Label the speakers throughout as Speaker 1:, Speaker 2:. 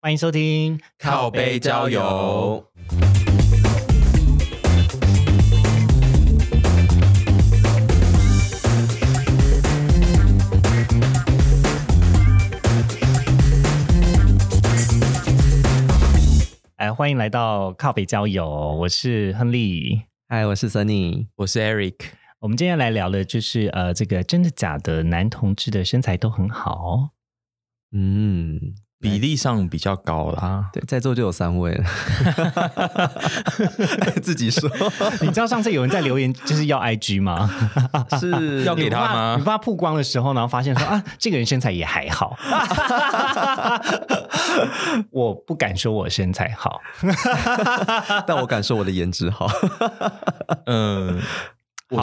Speaker 1: 欢迎收听
Speaker 2: 靠背交友。
Speaker 1: 哎，欢迎来到靠北交友，我是亨利。
Speaker 3: 嗨，我是 Sunny。
Speaker 2: 我是 Eric，
Speaker 1: 我们今天来聊的就是呃，这个真的假的，男同志的身材都很 好。
Speaker 3: 嗯，
Speaker 2: 比例上比较高啦。
Speaker 3: 对，在座就有三位了， 自己 说
Speaker 1: 你知道上次有人在留言就是要 IG 吗？
Speaker 3: 是
Speaker 2: 要给
Speaker 1: 你
Speaker 2: 他
Speaker 1: 怕
Speaker 2: 吗
Speaker 1: 你怕曝光的时候，然后发现说啊，这个人身材也还 好。我不敢说我身材好，
Speaker 3: 但我敢说我的颜值好。
Speaker 2: 嗯，我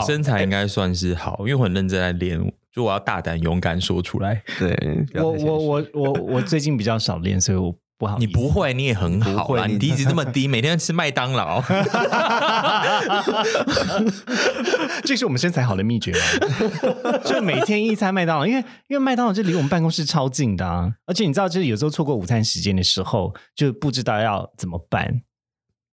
Speaker 1: 好
Speaker 2: 身材应该算是好，因为我很认真在练，就我要大胆勇敢说出来。
Speaker 3: 对，不要
Speaker 1: 我
Speaker 3: 太谦
Speaker 1: 我
Speaker 3: 虚
Speaker 1: 我我我最近比较少练，所以我不好意思。
Speaker 2: 你不会，你也很好
Speaker 3: 不
Speaker 2: 啦，
Speaker 3: 会
Speaker 2: 你
Speaker 3: 你
Speaker 2: 体脂这么低，每天吃麦当 劳。
Speaker 1: 这是我们身材好的秘诀吗？ 就每天一餐麦当劳，因为因为麦当劳就离我们办公室超近的啊，而且你知道，就是有时候错过午餐时间的时候，就不知道要怎么办。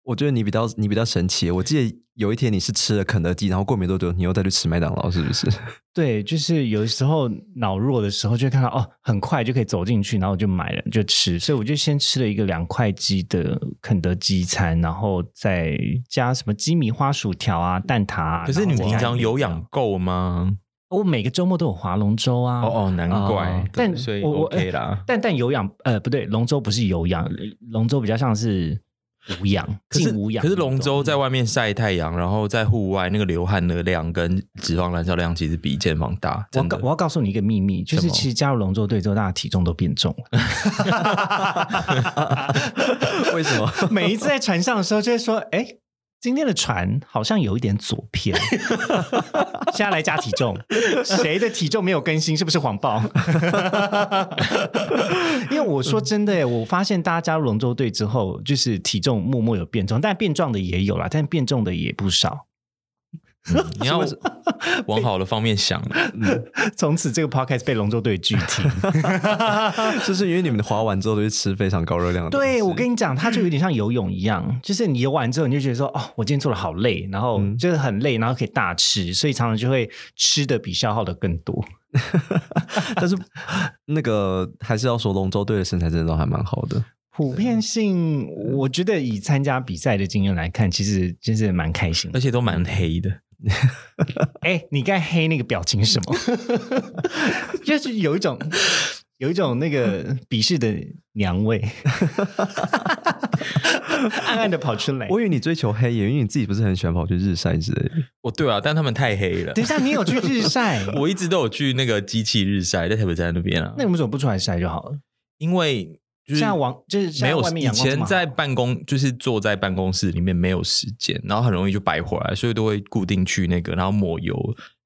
Speaker 3: 我觉得你比较你比较神奇。我记得有一天你是吃了肯德基，然后过没多久你又再去吃麦当劳，是不 是？
Speaker 1: 对，就是有时候脑弱的时候，就会看到哦，很快就可以走进去，然后我就买了就吃，所以我就先吃了一个两块鸡的肯德基餐，然后再加什么鸡米花薯条啊、蛋挞啊、
Speaker 2: 可是你
Speaker 1: 然后
Speaker 2: 平
Speaker 1: 加
Speaker 2: 常
Speaker 1: 饮
Speaker 2: 有
Speaker 1: 料
Speaker 2: 氧够吗？
Speaker 1: 我每个周末都有划龙舟啊。
Speaker 2: 哦哦，难怪
Speaker 3: 哦，
Speaker 2: 对
Speaker 1: 但
Speaker 2: 所以
Speaker 1: 我我
Speaker 2: OK 啦。
Speaker 1: 但但有氧，呃，不对，龙舟不是有氧，龙舟比较像是无氧，
Speaker 2: 可是
Speaker 1: 近无氧
Speaker 2: 可
Speaker 1: 运动。
Speaker 2: 是龙舟在外面晒太阳，然后在户外那个流汗的量跟脂肪燃烧量其实比健房大，
Speaker 1: 我要
Speaker 2: 真
Speaker 1: 告
Speaker 2: 的
Speaker 1: 我。要告诉你一个秘密，就是其实加入龙舟队之后，大家体重都变重了。
Speaker 3: 为什么？
Speaker 1: 每一次在船上的时候，就会说：“哎、今天的船好像有一点左偏。” 现在来加体重，谁的体重没有更新？是不是谎报？ 因为我说真的耶，我发现大家加入龙舟队之后，就是体重默默有变重，但变壮的也有啦，但变重的也不少。
Speaker 2: 嗯 你要 往好的方面想，
Speaker 1: 从此这个 podcast 被龙舟队拒听。
Speaker 3: 就是因为你们划完之后都去吃非常高热量的东西。
Speaker 1: 对，我跟你讲，它就有点像游泳一样，就是你游完之后，你就觉得说，哦，我今天做的好累，然后
Speaker 3: 嗯
Speaker 1: 就是很累，然后可以大吃，所以常常就会吃的比消耗的更多。
Speaker 3: 但是那个还是要说，龙舟队的身材真的都还蛮好的。
Speaker 1: 普遍性，我觉得以参加比赛的经验来看，其实真是蛮开心
Speaker 2: 而
Speaker 1: 的。
Speaker 2: 且都蛮黑的。
Speaker 1: 哎，你刚才黑那个表情是什 么？就是有一种有一种那个鄙视的娘 味，暗暗的跑出来。
Speaker 3: 我以为你追求黑眼，因为你自己不是很喜欢跑去日晒之类的。
Speaker 2: 哦，对啊，但他们太黑了
Speaker 1: 等。一下，你有去日晒？
Speaker 2: 我一直都有去那个机器日晒，在台北站那边啊
Speaker 1: 那，你为什么不出来晒就好了？
Speaker 2: 因为就是
Speaker 1: 现在网就是现
Speaker 2: 没
Speaker 1: 在
Speaker 2: 有
Speaker 1: 外面
Speaker 2: 以
Speaker 1: 阳光这
Speaker 2: 前
Speaker 1: 么好
Speaker 2: 在办公，就是坐在办公室里面没有时间，然后很容易就白回来，所以都会固定去那个，然后抹油，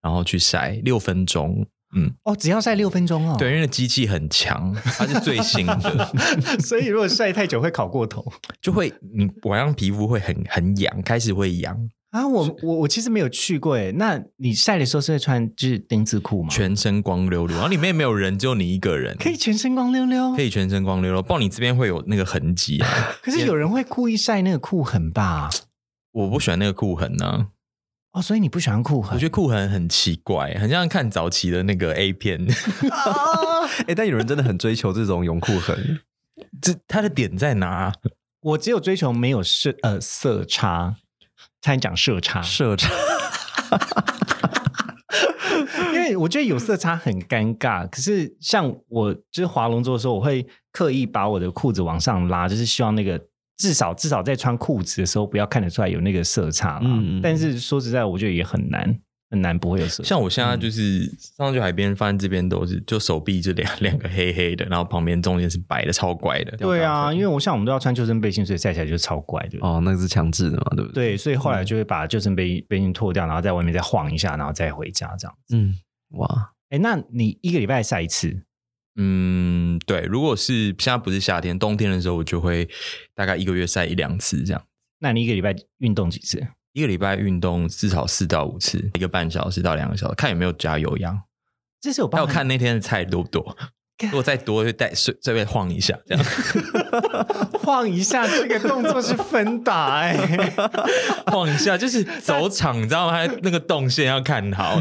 Speaker 2: 然后去晒六分钟。嗯，
Speaker 1: 哦，只要晒六分钟哦。
Speaker 2: 对，，因为那机器很强，它是最新的，
Speaker 1: 所以如果晒太久会烤过头
Speaker 2: 就会你晚上皮肤会很很痒，开始会痒，
Speaker 1: 啊。我我我其实没有去过诶。那你晒的时候是会穿就是丁字裤吗？
Speaker 2: 全身光溜溜，然后里面也没有人，只有你一个人，
Speaker 1: 可以全身光溜溜
Speaker 2: 可，以全身光溜溜，不然你这边会有那个痕迹啊。
Speaker 1: 可是有人会故意晒那个裤痕吧？
Speaker 2: 我不喜欢那个裤痕呢、啊。
Speaker 1: 哦，所以你不喜欢裤痕？
Speaker 2: 我觉得酷痕很奇怪，很像看早期的那个 A 片，
Speaker 3: 哎、但有人真的很追求这种泳裤痕，
Speaker 2: 这它的点在 哪、啊
Speaker 1: 我只有追求没有色呃色差，差点讲色差，
Speaker 3: 射场
Speaker 1: 因为我觉得有色差很尴尬。可是像我就是划龙舟的时候，我会刻意把我的裤子往上拉，就是希望那个至少至少在穿裤子的时候不要看得出来有那个色差啦。
Speaker 3: 嗯嗯
Speaker 1: 但是说实在，我觉得也很难很难不会有色差。
Speaker 2: 像我现在就是、上去海边，发现这边都是就手臂这两两个黑黑的，然后旁边中间是白的，超怪的。
Speaker 1: 对啊，因为我像我们都要穿救生背心，所以晒起来就超怪的。
Speaker 3: 哦，那个是强制的嘛，对不对？
Speaker 1: 对，所以后来就会把救生背背心脱掉，然后在外面再晃一下，然后再回家这样。
Speaker 3: 嗯，哇，
Speaker 1: 哎，那你一个礼拜晒一次？
Speaker 2: 嗯，对，如果是现在不是夏天，冬天的时候我就会大概一个月晒一两次这样。
Speaker 1: 那你一个礼拜运动几次？
Speaker 2: 一个礼拜运动至少四到五次，一个半小时到两个小时，看有没有加有氧，
Speaker 1: 这是有
Speaker 2: 还
Speaker 1: 包
Speaker 2: 有
Speaker 1: 含
Speaker 2: 看那天的菜多不多。如果再多就带随随便晃一下，这样
Speaker 1: 晃一下这个动作是分 打哎、
Speaker 2: 晃一下就是走场，你知道吗？它那个动线要看好。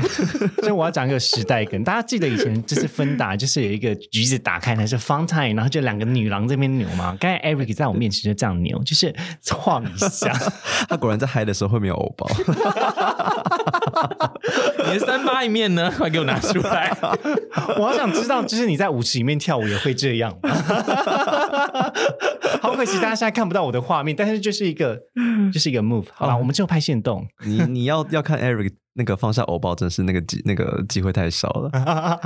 Speaker 1: 所以我要讲一个时代梗，大家记得以前就是芬达，就是有一个橘子打开呢是 Fountain，然后就两个女郎这边扭嘛。刚才 Eric 在我面前就这样扭，就是晃一下。
Speaker 3: 他果然在嗨的时候会没有欧包，
Speaker 2: 你的三八一面呢，快给我拿出 来！
Speaker 1: 我好想知道，就是你在舞池里面跳舞也会这样吗？ 好可惜大家现在看不到我的画面，但是就是一个就是一个 move。好了，我们就拍线动。
Speaker 3: 你你要要看 Eric 那个放下欧包，真是那个机那个机会太少 了。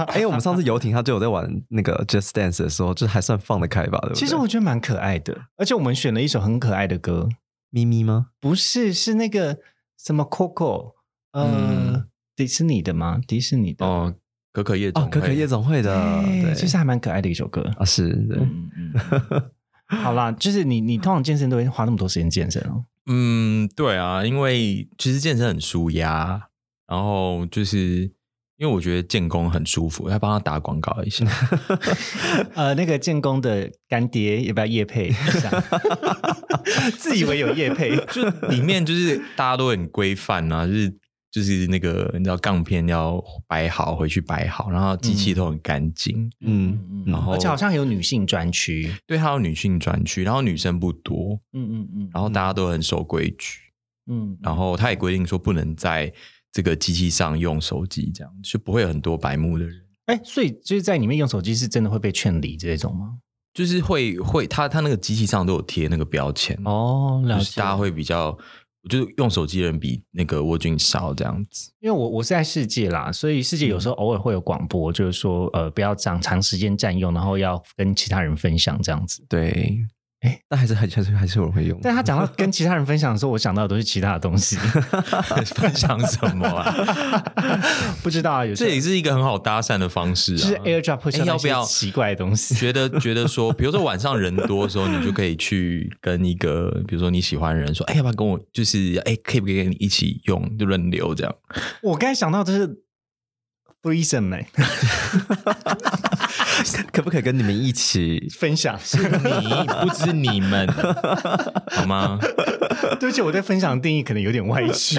Speaker 3: 哎、我们上次游艇他就有在玩那个 Just Dance 的时候，就是还算放得开吧，对不对？
Speaker 1: 其实我觉得蛮可爱的，而且我们选了一首很可爱的歌，
Speaker 3: 咪咪吗？
Speaker 1: 不是是那个什么 Coco，呃，
Speaker 2: 嗯
Speaker 1: 迪士尼的吗？迪士尼的
Speaker 2: 哦，可可夜总
Speaker 3: 哦，
Speaker 2: 会
Speaker 3: 可可夜总会的，
Speaker 1: 对
Speaker 3: 对，
Speaker 1: 哎其实还蛮可爱的一首歌。
Speaker 3: 啊是，对，
Speaker 1: 嗯嗯 嗯好啦，就是你你通常健身都会花那么多时间健身 哦。
Speaker 2: 嗯，对啊，因为其实健身很舒压，然后就是因为我觉得建工很舒服，要帮他打广告一 下。
Speaker 1: 呃，那个建工的干爹要不要叶配一 下？自以为有叶配，嗯
Speaker 2: 就里面就是大家都很规范啊，就是就是那个你知道杠片要摆好，回去摆好，然后机器都很干净。
Speaker 3: 嗯，
Speaker 1: 嗯
Speaker 2: 然后
Speaker 1: 而且好像有女性专区。
Speaker 2: 对，还有女性专区，然后女生不多，
Speaker 1: 嗯嗯嗯
Speaker 2: 然后大家都很守规矩，
Speaker 1: 嗯
Speaker 2: 然后他也规定说不能在这个机器上用手机，这样就不会有很多白目的人。
Speaker 1: 哎，所以就是在里面用手机是真的会被劝离这种吗？
Speaker 2: 就是会会，他他那个机器上都有贴那个标签，
Speaker 1: 哦，了
Speaker 2: 就是
Speaker 1: 解。
Speaker 2: 大家会比较，就是用手机的人比那个沃俊少这样 子。
Speaker 1: 因为我我是在世界啦，所以世界有时候偶尔会有广播，就是说呃不要长长时间占用，然后要跟其他人分享这样子。
Speaker 3: 对，
Speaker 1: 哎
Speaker 3: 哎，但还是很还是还是有人会用，
Speaker 1: 但他讲到跟其他人分享的时候，我想到的都是其他的东 西，
Speaker 2: 分享什么 啊？
Speaker 1: 不知道啊，有时
Speaker 2: 这
Speaker 1: 候
Speaker 2: 也是一个很好搭讪的方式啊。
Speaker 1: 就是 AirDrop 会
Speaker 2: 哎
Speaker 1: 收到
Speaker 2: 要
Speaker 1: 一
Speaker 2: 不
Speaker 1: 些
Speaker 2: 要
Speaker 1: 奇怪的东西。
Speaker 2: 觉得觉得说，比如说晚上人多的时候，你就可以去跟一个，比如说你喜欢的人说，哎，要不要跟我，就是哎，可以不可以跟你一起用，就轮流这样。
Speaker 1: 我刚才想到的是 threesome 哎、
Speaker 3: 可不可以跟你们一起？
Speaker 1: 分享，
Speaker 2: 你不只是你们， 好 吗？
Speaker 1: 对不起，我对分享的定义可能有点歪 曲。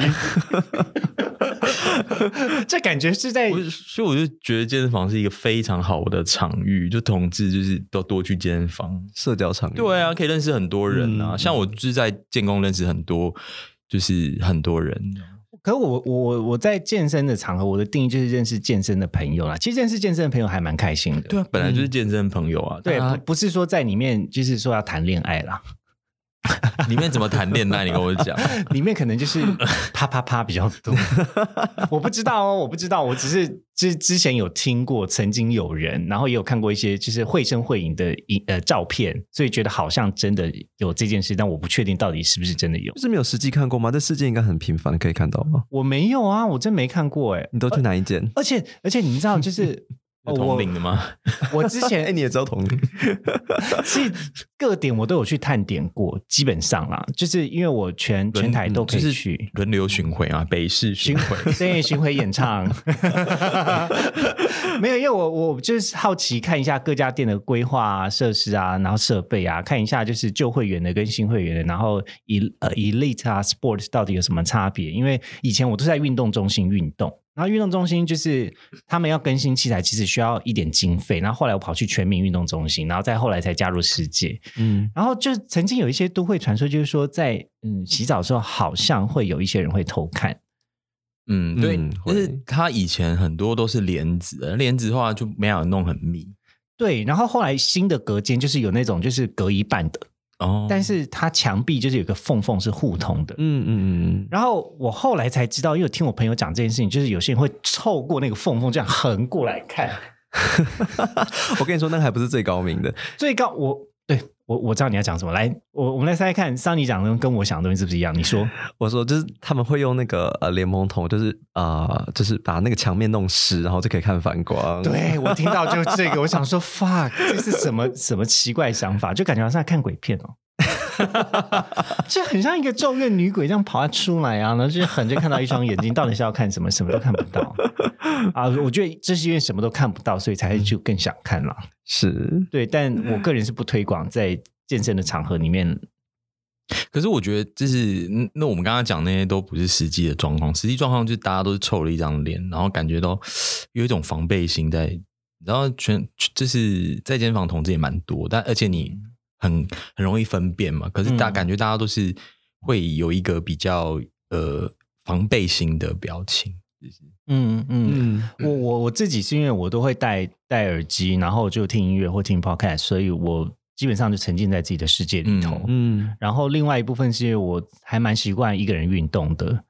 Speaker 1: 这感觉是在
Speaker 2: 我所以我就觉得健身房是一个非常好的场域，就同志就是都多去健身房。
Speaker 3: 社交场域
Speaker 2: 对啊，可以认识很多人啊，
Speaker 3: 嗯
Speaker 2: 像我就是在建工认识很多，就是很多人。
Speaker 1: 可我我我我在健身的场合，我的定义就是认识健身的朋友啦。其实认识健身的朋友还蛮开心的，
Speaker 2: 对啊，本来就是健身朋友啊，
Speaker 1: 对，
Speaker 2: 大
Speaker 1: 不不是说在里面就是说要谈恋爱啦，
Speaker 2: 家里面怎么谈恋爱？你跟我 讲，
Speaker 1: 里面可能就是 啪啪啪比较多。 我不知道哦，我不知道，我只是之之前有听过，曾经有人，然后也有看过一些就是绘声绘影的影呃照片，所以觉得好像真的有这件事，但我不确定到底是不是真的有
Speaker 3: 就。是没有实际看过吗？这世界应该很频繁可以看到吧？
Speaker 1: 我没有啊，我真没看过哎、
Speaker 3: 你都去哪一间？
Speaker 1: 而且而且你知道，就是
Speaker 2: 有
Speaker 1: 哦
Speaker 2: 同
Speaker 1: 我
Speaker 2: 龄的吗？
Speaker 1: 我之 前
Speaker 3: 哎，你也知道同龄，
Speaker 1: 其实各点我都有去探点过，基本上啦，就是因为我全全台都可以去
Speaker 2: 嗯轮流巡回啊，北市巡回。
Speaker 1: 深夜巡回演唱。没有，因为我我就是好奇看一下各家店的规划啊、设施啊，然后设备啊，看一下就是旧会员的跟新会员的，然后 E 呃 Elite 啊 Sport 到底有什么差别？因为以前我都是在运动中心运动。然后运动中心就是他们要更新器材，其实需要一点经费。然后后来我跑去全民运动中心，然后再后来才加入世界。
Speaker 3: 嗯，
Speaker 1: 然后就曾经有一些都会传说，就是说在嗯洗澡的时候，好像会有一些人会偷看。
Speaker 2: 嗯，对
Speaker 3: 嗯，
Speaker 2: 但是
Speaker 3: 会
Speaker 2: 他以前很多都是帘子的，帘子的话就没有弄很密
Speaker 1: 对，然后后来新的隔间就是有那种就是隔一半的，
Speaker 2: 哦。
Speaker 1: 但是它墙壁就是有个缝缝是互通的。
Speaker 3: 嗯嗯嗯，
Speaker 1: 然后我后来才知道，因为我听我朋友讲这件事情，就是有些人会凑过那个缝缝这样横过来看。
Speaker 3: 我跟你说，那个还不是最高明的，
Speaker 1: 最高我对我我知道你要讲什么，来我我们来猜猜看，桑尼讲的跟我想的东西是不是一样？你说
Speaker 3: 我说就是他们会用那个呃联盟桶，就是呃就是把那个墙面弄湿，然后就可以看反光。，
Speaker 1: 对我 听到就这个，我想说 fuck，这是什么什么奇怪想法？就感觉好像在看鬼片哦。这很像一个咒怨女鬼这样爬出来啊，然后就是横着看到一双眼睛，到底是要看什么？什么都看不到啊！我觉得这是因为什么都看不到，所以才就更想看了。
Speaker 3: 是
Speaker 1: 对，但我个人是不推广在健身的场合里面。
Speaker 2: 可是我觉得，就是嗯那我们刚刚讲那些都不是实际的状况，实际状况就是大家都是臭了一张脸，然后感觉到有一种防备心在。然后全就是在健身房同志也蛮多，但而且你很很容易分辨嘛。可是大
Speaker 1: 嗯
Speaker 2: 感觉大家都是会有一个比较呃防备心的表情。
Speaker 1: 嗯嗯
Speaker 3: 嗯
Speaker 1: 我我我自己是因为我都会戴戴耳机，然后就听音乐或听 podcast，所以我基本上就沉浸在自己的世界里头。
Speaker 3: 嗯
Speaker 1: 然后另外一部分是因为我还蛮习惯一个人运动的，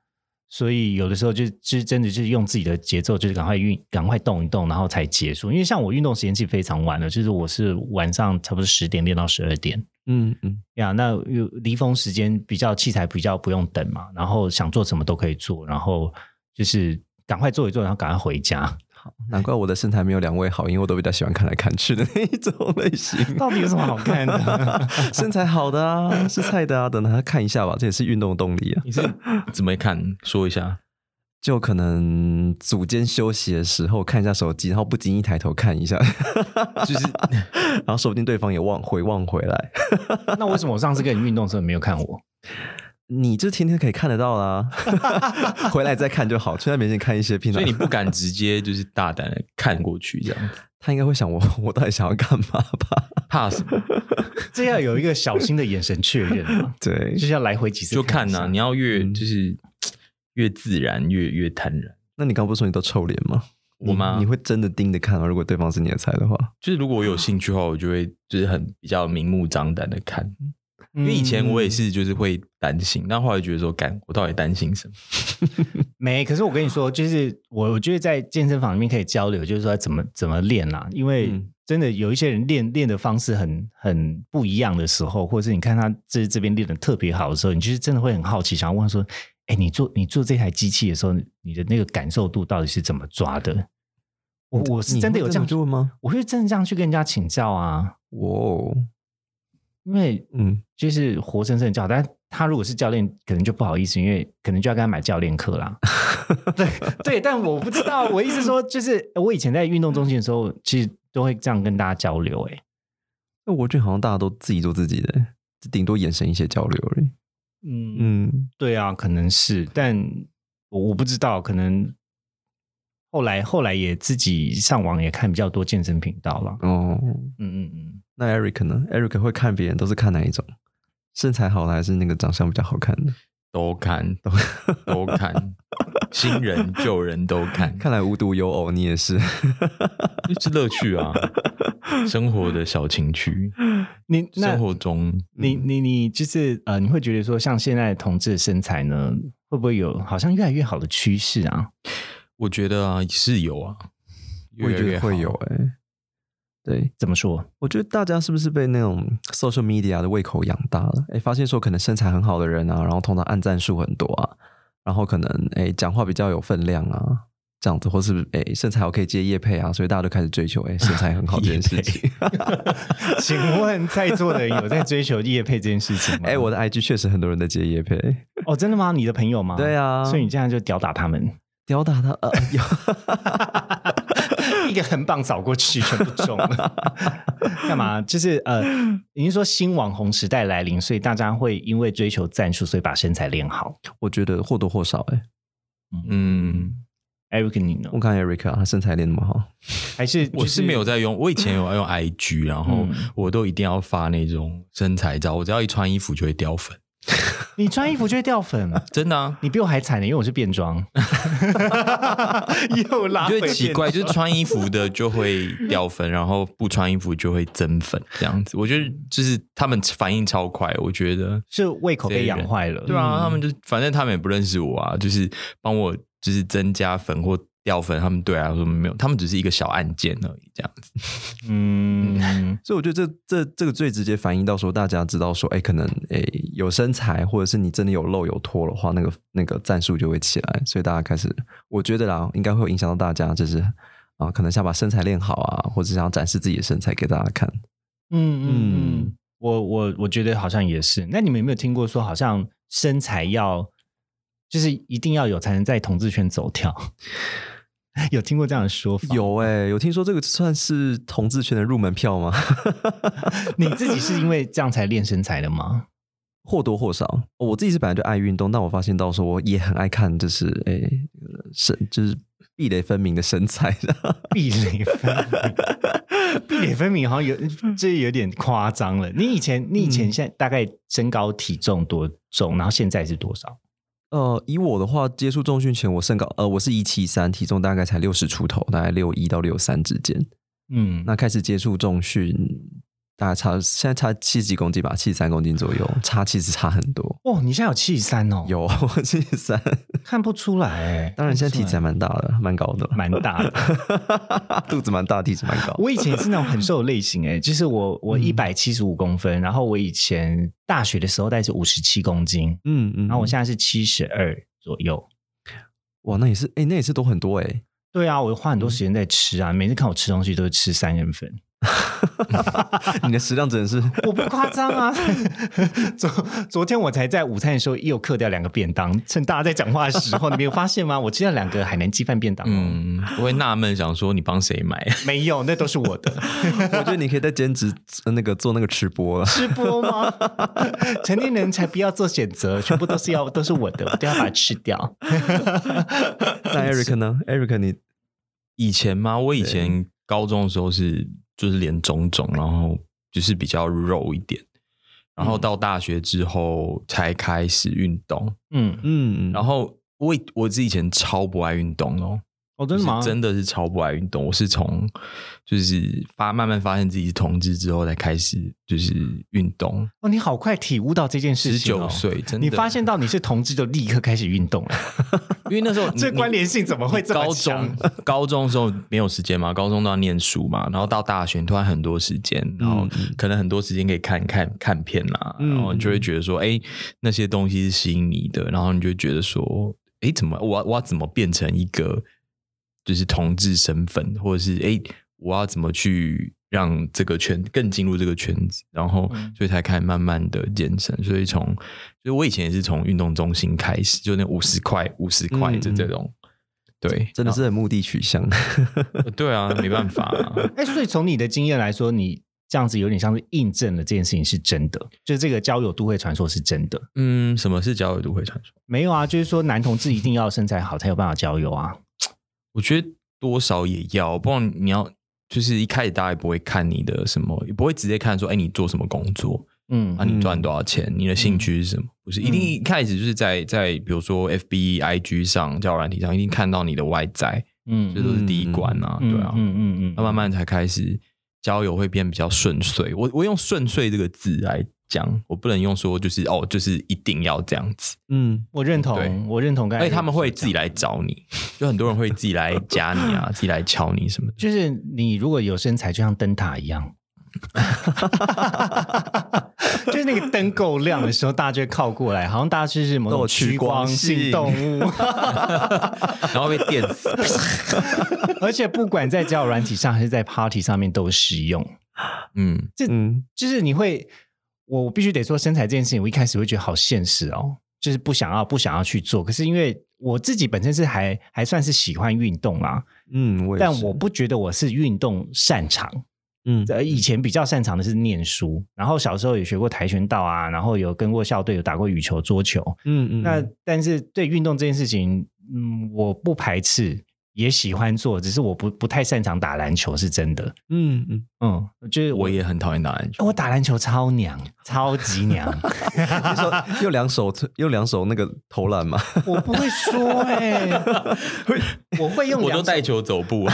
Speaker 1: 所以有的时候就就真的就是用自己的节奏，就是赶快运赶快动一动，然后才结束。因为像我运动时间其实非常晚了，就是我是晚上差不多十点练到十二点。
Speaker 3: 嗯嗯
Speaker 1: 呀，那有离峰时间比较器材比较不用等嘛，然后想做什么都可以做，然后就是赶快做一做，然后赶快回家。
Speaker 3: 难怪我的身材没有两位好，因为我都比较喜欢看来看去的那一种类型。
Speaker 1: 到底有什么好看的？
Speaker 3: 身材好的啊，是菜的啊，等他看一下吧，这也是运动动力啊。
Speaker 2: 你是怎么看？说一下。
Speaker 3: 就可能组间休息的时候看一下手机，然后不经意抬头看一下，
Speaker 2: 就是
Speaker 3: 然后说不定对方也忘回望回来，
Speaker 1: 那为什么我上次跟你运动的时候你没有看我？
Speaker 3: 你就天天可以看得 到啦。回来再看就好，去那边先看一些平
Speaker 2: 所
Speaker 3: 常
Speaker 2: 以你。不敢直接就是大胆的看过去这样子，
Speaker 3: 他应该会想我， 我到底想要干嘛 吧？
Speaker 2: 怕什么？
Speaker 1: 这要有一个小心的眼神确认嘛，
Speaker 3: 对
Speaker 1: 就，是要来回几次
Speaker 2: 就
Speaker 1: 看
Speaker 2: 看
Speaker 1: 一
Speaker 2: 呐、
Speaker 1: 下
Speaker 2: 你要越
Speaker 3: 嗯
Speaker 2: 就是越自然，越越坦然。
Speaker 3: 那你刚不是说你都臭脸吗？
Speaker 2: 我吗？
Speaker 3: 你会真的盯着看吗？如果对方是你的菜的话，
Speaker 2: 就是如果我有兴趣的话，我就会就是很比较明目张胆的看，因为以前我也是就是会担心，但后来觉得说，干我到底担心什么？
Speaker 1: 嗯没，可是我跟你说，就是我我觉得在健身房里面可以交流，就是说怎么怎么练啦、因为
Speaker 2: 嗯
Speaker 1: 真的有一些人练练的方式很很不一样的时候，或者是你看他这这边练的特别好的时候，你就是真的会很好奇，想要问说，哎，你做你做这台机器的时候，你的那个感受度到底是怎么抓的？我我是
Speaker 3: 你
Speaker 1: 真的
Speaker 3: 会
Speaker 1: 有这样
Speaker 3: 去问吗？
Speaker 1: 我会真的这样去跟人家请教啊，
Speaker 3: 哇哦，
Speaker 1: 因为
Speaker 3: 嗯，
Speaker 1: 就是活生生的教，但他如果是教练，可能就不好意思，因为可能就要跟他买教练课 啦。对对，但我不知道，我意思说，就是我以前在运动中心的时候，其实都会这样跟大家交流、欸。哎，
Speaker 3: 那我觉得好像大家都自己做自己的，顶多眼神一些交流而已。
Speaker 1: 嗯
Speaker 3: 嗯，
Speaker 1: 对啊，可能是，但我我不知道，可能后来后来也自己上网也看比较多健身频道了。
Speaker 3: 哦，
Speaker 1: 嗯嗯嗯，
Speaker 3: 那 Eric 呢？Eric 会看别人都是看哪一种？身材好的还是那个长相比较好看的？
Speaker 2: 都看都都看，新人旧人都看，
Speaker 3: 看来无独有偶，你也是。
Speaker 2: 是乐趣啊，生活的小情趣，
Speaker 1: 你那
Speaker 2: 生活嗯中
Speaker 1: 你你你就是呃，你会觉得说，像现在同志的身材呢，会不会有好像越来越好的趋势啊？
Speaker 2: 我觉得啊是有啊，
Speaker 3: 我也觉
Speaker 2: 越
Speaker 3: 得
Speaker 2: 来
Speaker 3: 会
Speaker 2: 越
Speaker 3: 有
Speaker 2: 好。
Speaker 3: 哎、对，
Speaker 1: 怎么说？
Speaker 3: 我觉得大家是不是被那种 social media 的胃口养大了？哎，发现说可能身材很好的人啊，然后通常按赞数很多啊，然后可能哎讲话比较有分量啊，这样子，或是哎身材好可以接业配啊，所以大家都开始追求哎身材很好这件事情。
Speaker 1: 请问在座的人有在追求夜配这件事情吗？
Speaker 3: 哎，我的 IG 确实很多人在接业配，
Speaker 1: 哦，真的吗？你的朋友吗？
Speaker 3: 对啊
Speaker 1: 所以你这样就吊打他们，
Speaker 3: 吊打他呃 有。
Speaker 1: 一个横棒扫过去，全部中了。 干嘛？就是呃，你是说新网红时代来临，所以大家会因为追求赞数，所以把身材练好
Speaker 3: 我觉得或多或少哎、
Speaker 2: 嗯，
Speaker 1: ？Eric，你呢
Speaker 3: 我？看 Eric 啊，他身材练那么好，
Speaker 1: 还是、
Speaker 2: 我是没有在用，我以 前有用 IG，然后
Speaker 1: 嗯
Speaker 2: 我都一定要发那种身材照，我只要一穿衣服就会掉粉，
Speaker 1: 你穿衣服就会掉粉，
Speaker 2: 真的啊。
Speaker 1: 你比我还惨呢，因为我是变装，又拉
Speaker 2: 你
Speaker 1: 回
Speaker 2: 觉得奇
Speaker 1: 变
Speaker 2: 怪，
Speaker 1: 装
Speaker 2: 就是穿衣服的就会掉粉，然后不穿衣服就会增粉，这样子。我觉得就是他们反应超快，我觉得
Speaker 1: 是胃口被养坏了，
Speaker 2: 对啊，
Speaker 3: 嗯
Speaker 2: 他们就反正他们也不认识我啊，就是帮我就是增加粉或掉粉，他们对啊，说没有，他们只是一个小按键而已，这样子。
Speaker 1: 嗯，
Speaker 3: 所以我觉得这这这个最直接反映到说，大家知道说，哎，可能哎有身材，或者是你真的有露有脱的话，那个那个战术就会起来，所以大家开始，我觉得啦，应该会有影响到大家，就是啊，可能想把身材练好啊，或者想要展示自己的身材给大家看。
Speaker 1: 嗯嗯嗯
Speaker 3: 嗯，
Speaker 1: 我我我觉得好像也是。那你们有没有听过说，好像身材要就是一定要有才能在同志圈走跳？ 有听过这样的说法？，
Speaker 3: 有哎、有听说这个算是同志圈的入门票吗？
Speaker 1: 你自己是因为这样才练身材的吗？
Speaker 3: 或多或少，我自己是本来就爱运动，但我发现到说我也很爱看，就是诶、呃身就是壁垒分明的身材。
Speaker 1: 壁垒分明，壁垒分明好像有这有点夸张了。你以前你以
Speaker 3: 嗯
Speaker 1: 前现在大概身高体重多重，然后现在是多少？
Speaker 3: 呃，以我的话，接触重训前，我身高呃我是一七三，体重大概才六十出头，大概六一到六三之间。
Speaker 1: 嗯，
Speaker 3: 那开始接触重训，大概差现在差七十几公斤吧，七十三公斤左右，差其实差很多。
Speaker 1: 哦，你现在有七十三哦，
Speaker 3: 有我七十三，
Speaker 1: 看不出来哎。
Speaker 3: 当然现在体
Speaker 1: 看不
Speaker 3: 脂
Speaker 1: 出
Speaker 3: 还
Speaker 1: 来
Speaker 3: 蛮大的，蛮高的，
Speaker 1: 蛮大的。
Speaker 3: 肚子蛮大，体脂蛮高。
Speaker 1: 我以前也是那种很瘦的类型 哎、就是我我
Speaker 3: 嗯
Speaker 1: 一百七十五公分，然后我以前大学的时候大概是五十七公斤，
Speaker 3: 嗯嗯，
Speaker 1: 然后我
Speaker 3: 嗯
Speaker 1: 现在是七十二左右。
Speaker 3: 哇，那也是哎、那也是多很多哎、
Speaker 1: 对啊，我花很多时间在吃啊，每次看我吃东西都是吃三人份。
Speaker 3: 你的食量真的是
Speaker 1: 我不夸张啊！ 昨昨天我才在午餐的时候又嗑掉两个便当，趁大家在讲话的时候，你没有发现吗？我吃了两个海南鸡饭便当、嗯，
Speaker 2: 嗯，我会纳闷想说你帮谁买？
Speaker 1: 没有，那都是我的。
Speaker 3: 我觉得你可以再兼职呃那个做那个吃播 了。
Speaker 1: 吃播吗？ 成年人才不要做选择，全部都是要都是我的，我都要把它吃掉。
Speaker 3: 那 Eric 呢？Eric 你
Speaker 2: 以前吗？我以前高中的时候是就是脸肿肿，然后就是比较肉一点，然后到大学之后才开始运动，
Speaker 1: 嗯，
Speaker 3: 嗯，
Speaker 2: 然后我以我自己以前超不爱运动哦，
Speaker 1: 哦，真的吗？
Speaker 2: 就是真的是超不爱运动。我是从就是发慢慢发现自己是同志之后才开始就是运动，
Speaker 1: 哦，你好快体悟到这件事
Speaker 2: 十
Speaker 1: 情、哦。
Speaker 2: 九，岁真的
Speaker 1: 你发现到你是同志就立刻开始运动了，
Speaker 2: 因为 那时候 你
Speaker 1: 这关联性怎么会这么
Speaker 2: 高
Speaker 1: 强
Speaker 2: 中高中的时候没有时间嘛，高中都要念书嘛，然后到大学突然很多时间，
Speaker 1: 嗯
Speaker 2: 然后可能很多时间可以看看看片啦，
Speaker 3: 嗯
Speaker 2: 然后你就会觉得说，哎、那些东西是吸引你的，然后你就会觉得说，哎，怎么我要我要怎么变成一个就是同志身份，或者是哎，诶我要怎么去让这个圈更进入这个圈子，然后
Speaker 1: 嗯
Speaker 2: 所以才开始慢慢的健身，所以从所以我以前也是从运动中心开始，就那五十块五十块
Speaker 1: 嗯
Speaker 2: 的这种。对，
Speaker 3: 真的是很目的取向。
Speaker 2: 呃对啊，没办法、啊。
Speaker 1: 哎、所以从你的经验来说，你这样子有点像是印证了这件事情是真的，就是这个交友都会传说是真的。
Speaker 2: 嗯，什么是交友都会传说？
Speaker 1: 没有啊，就是说男同志一定要身材好才有办法交友啊。
Speaker 2: 我觉得多少也要，不然你要就是一开始大家也不会看你的什么，也不会直接看说，哎，你做什么工作
Speaker 1: 嗯
Speaker 2: 啊？你赚多少钱？你的兴趣是什么？不是一定
Speaker 1: 嗯
Speaker 2: 一开始就是在在比如说 F B I G 上交友软体上，一定看到你的外在，
Speaker 1: 嗯
Speaker 2: 这都是第一关啊，
Speaker 1: 嗯
Speaker 2: 对啊，
Speaker 1: 嗯嗯嗯，
Speaker 2: 那慢慢才开始交友会变比较顺遂。我我用顺遂这个字来讲，我不能用说就是哦，就是一定要这样子。
Speaker 3: 嗯，
Speaker 1: 我认
Speaker 2: 对
Speaker 1: 同，我认同。
Speaker 2: 而且他们会自己，来找 你，就很多人会自己来加你 啊，自己来敲你什么的。
Speaker 1: 就是你如果有身材，就像灯塔一样， 就是那个灯够亮的时候，大家就会靠过来，好像大家就是某
Speaker 3: 都有
Speaker 1: 种
Speaker 3: 趋
Speaker 1: 趋
Speaker 3: 光
Speaker 1: 光性
Speaker 3: 性
Speaker 1: 动物。
Speaker 2: 然后被电死。
Speaker 1: 而且不管在交友软体上还是在 party 上面都适用，
Speaker 2: 嗯，
Speaker 3: 嗯，
Speaker 1: 就是你会，我我必须得说身材这件事情，我一开始会觉得好现实哦，就是不想要不想要去做，可是因为。我自己本身是还还算是喜欢运动啦，
Speaker 3: 嗯，我也
Speaker 1: 但
Speaker 3: 是
Speaker 1: 我不觉得我是运动擅长，
Speaker 3: 嗯
Speaker 1: 呃，以前比较擅长的是念书，然后小时候也学过跆拳道啊，然后有跟过校队，有打过羽球、桌球。
Speaker 3: 嗯嗯，
Speaker 1: 那但是对运动这件事情，嗯，我不排斥，也喜欢做，只是我不不太擅长打篮球，是真的。
Speaker 3: 嗯嗯，
Speaker 1: 嗯，就是
Speaker 2: 我也很讨厌打篮球。
Speaker 1: 我打篮球超娘，超级娘，
Speaker 3: 你说右两手右两手那个投篮嘛，
Speaker 1: 我不会说哎、我会用
Speaker 2: 我
Speaker 1: 两
Speaker 2: 都
Speaker 1: 手
Speaker 2: 带球走步啊，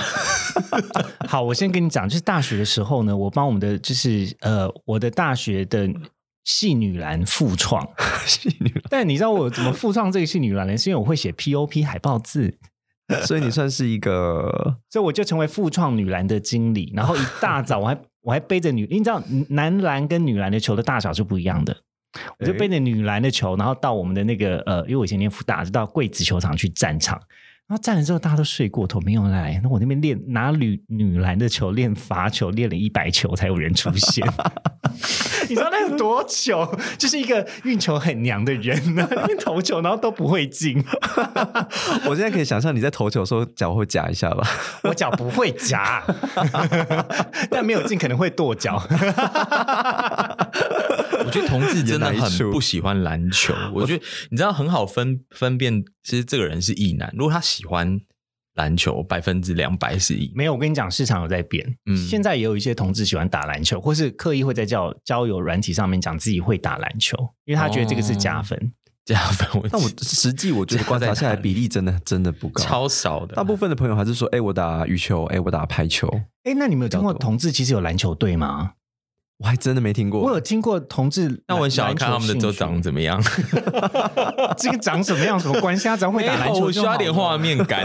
Speaker 1: 好，我先跟你讲，就是大学的时候呢，我帮我们的就是呃，我的大学的系女篮复创。
Speaker 3: 戏女，
Speaker 1: 但你知道我怎么复创这个系女篮呢？是因为我会写 POP 海报字，
Speaker 3: 所以你算是一个
Speaker 1: 所以我就成为复创女篮的经理。然后一大早我还 我还背着女，你知道男篮跟女篮的球的大小是不一样的。 我就背着女篮的球，然后到我们的那个呃，因为我以前念复大，就到贵子球场去站场，然后站了之后，大家都睡过头，没有人来。那我那边练拿女女篮的球练罚球，练了一百球才有人出现。 你知道那有多久？就是一个运球很娘的人 呢、那边投球然后都不会进，
Speaker 3: 我现在可以想象你在投球的时候脚会夹一下 吧？
Speaker 1: 我脚不会 夹，但没有进可能会跺脚。
Speaker 2: 我觉得同志真的
Speaker 3: 也
Speaker 2: 很
Speaker 3: 难说
Speaker 2: 不喜欢篮球。 我觉得你知道很好分分辨，其实这个人是异男。如果他喜欢篮球，百分之两百是异男。
Speaker 1: 没有，我跟你讲，市场有在变。
Speaker 2: 嗯
Speaker 1: 现在也有一些同志喜欢打篮球，或是刻意会在交交友软体上面讲自己会打篮球，因为他觉得这个是加分。
Speaker 2: 哦加分，
Speaker 3: 但我实际我觉得观察下来，比例真的真的不高，
Speaker 2: 超少的，
Speaker 3: 大部分的朋友还是说，哎、我打羽球，哎、我打排球，
Speaker 1: 哎、那你们有听过
Speaker 3: 比较多
Speaker 1: 同志其实有篮球队吗？
Speaker 3: 我还真的没听过。
Speaker 1: 我有听过同志，
Speaker 2: 那我很想要看他们的都长
Speaker 1: 怎
Speaker 2: 怎么样。
Speaker 1: 么，这个长什么样，什么关系？他只要会打篮
Speaker 2: 没有
Speaker 1: 球
Speaker 2: 我需
Speaker 1: 就好
Speaker 2: 要
Speaker 1: 了
Speaker 2: 点画。面感，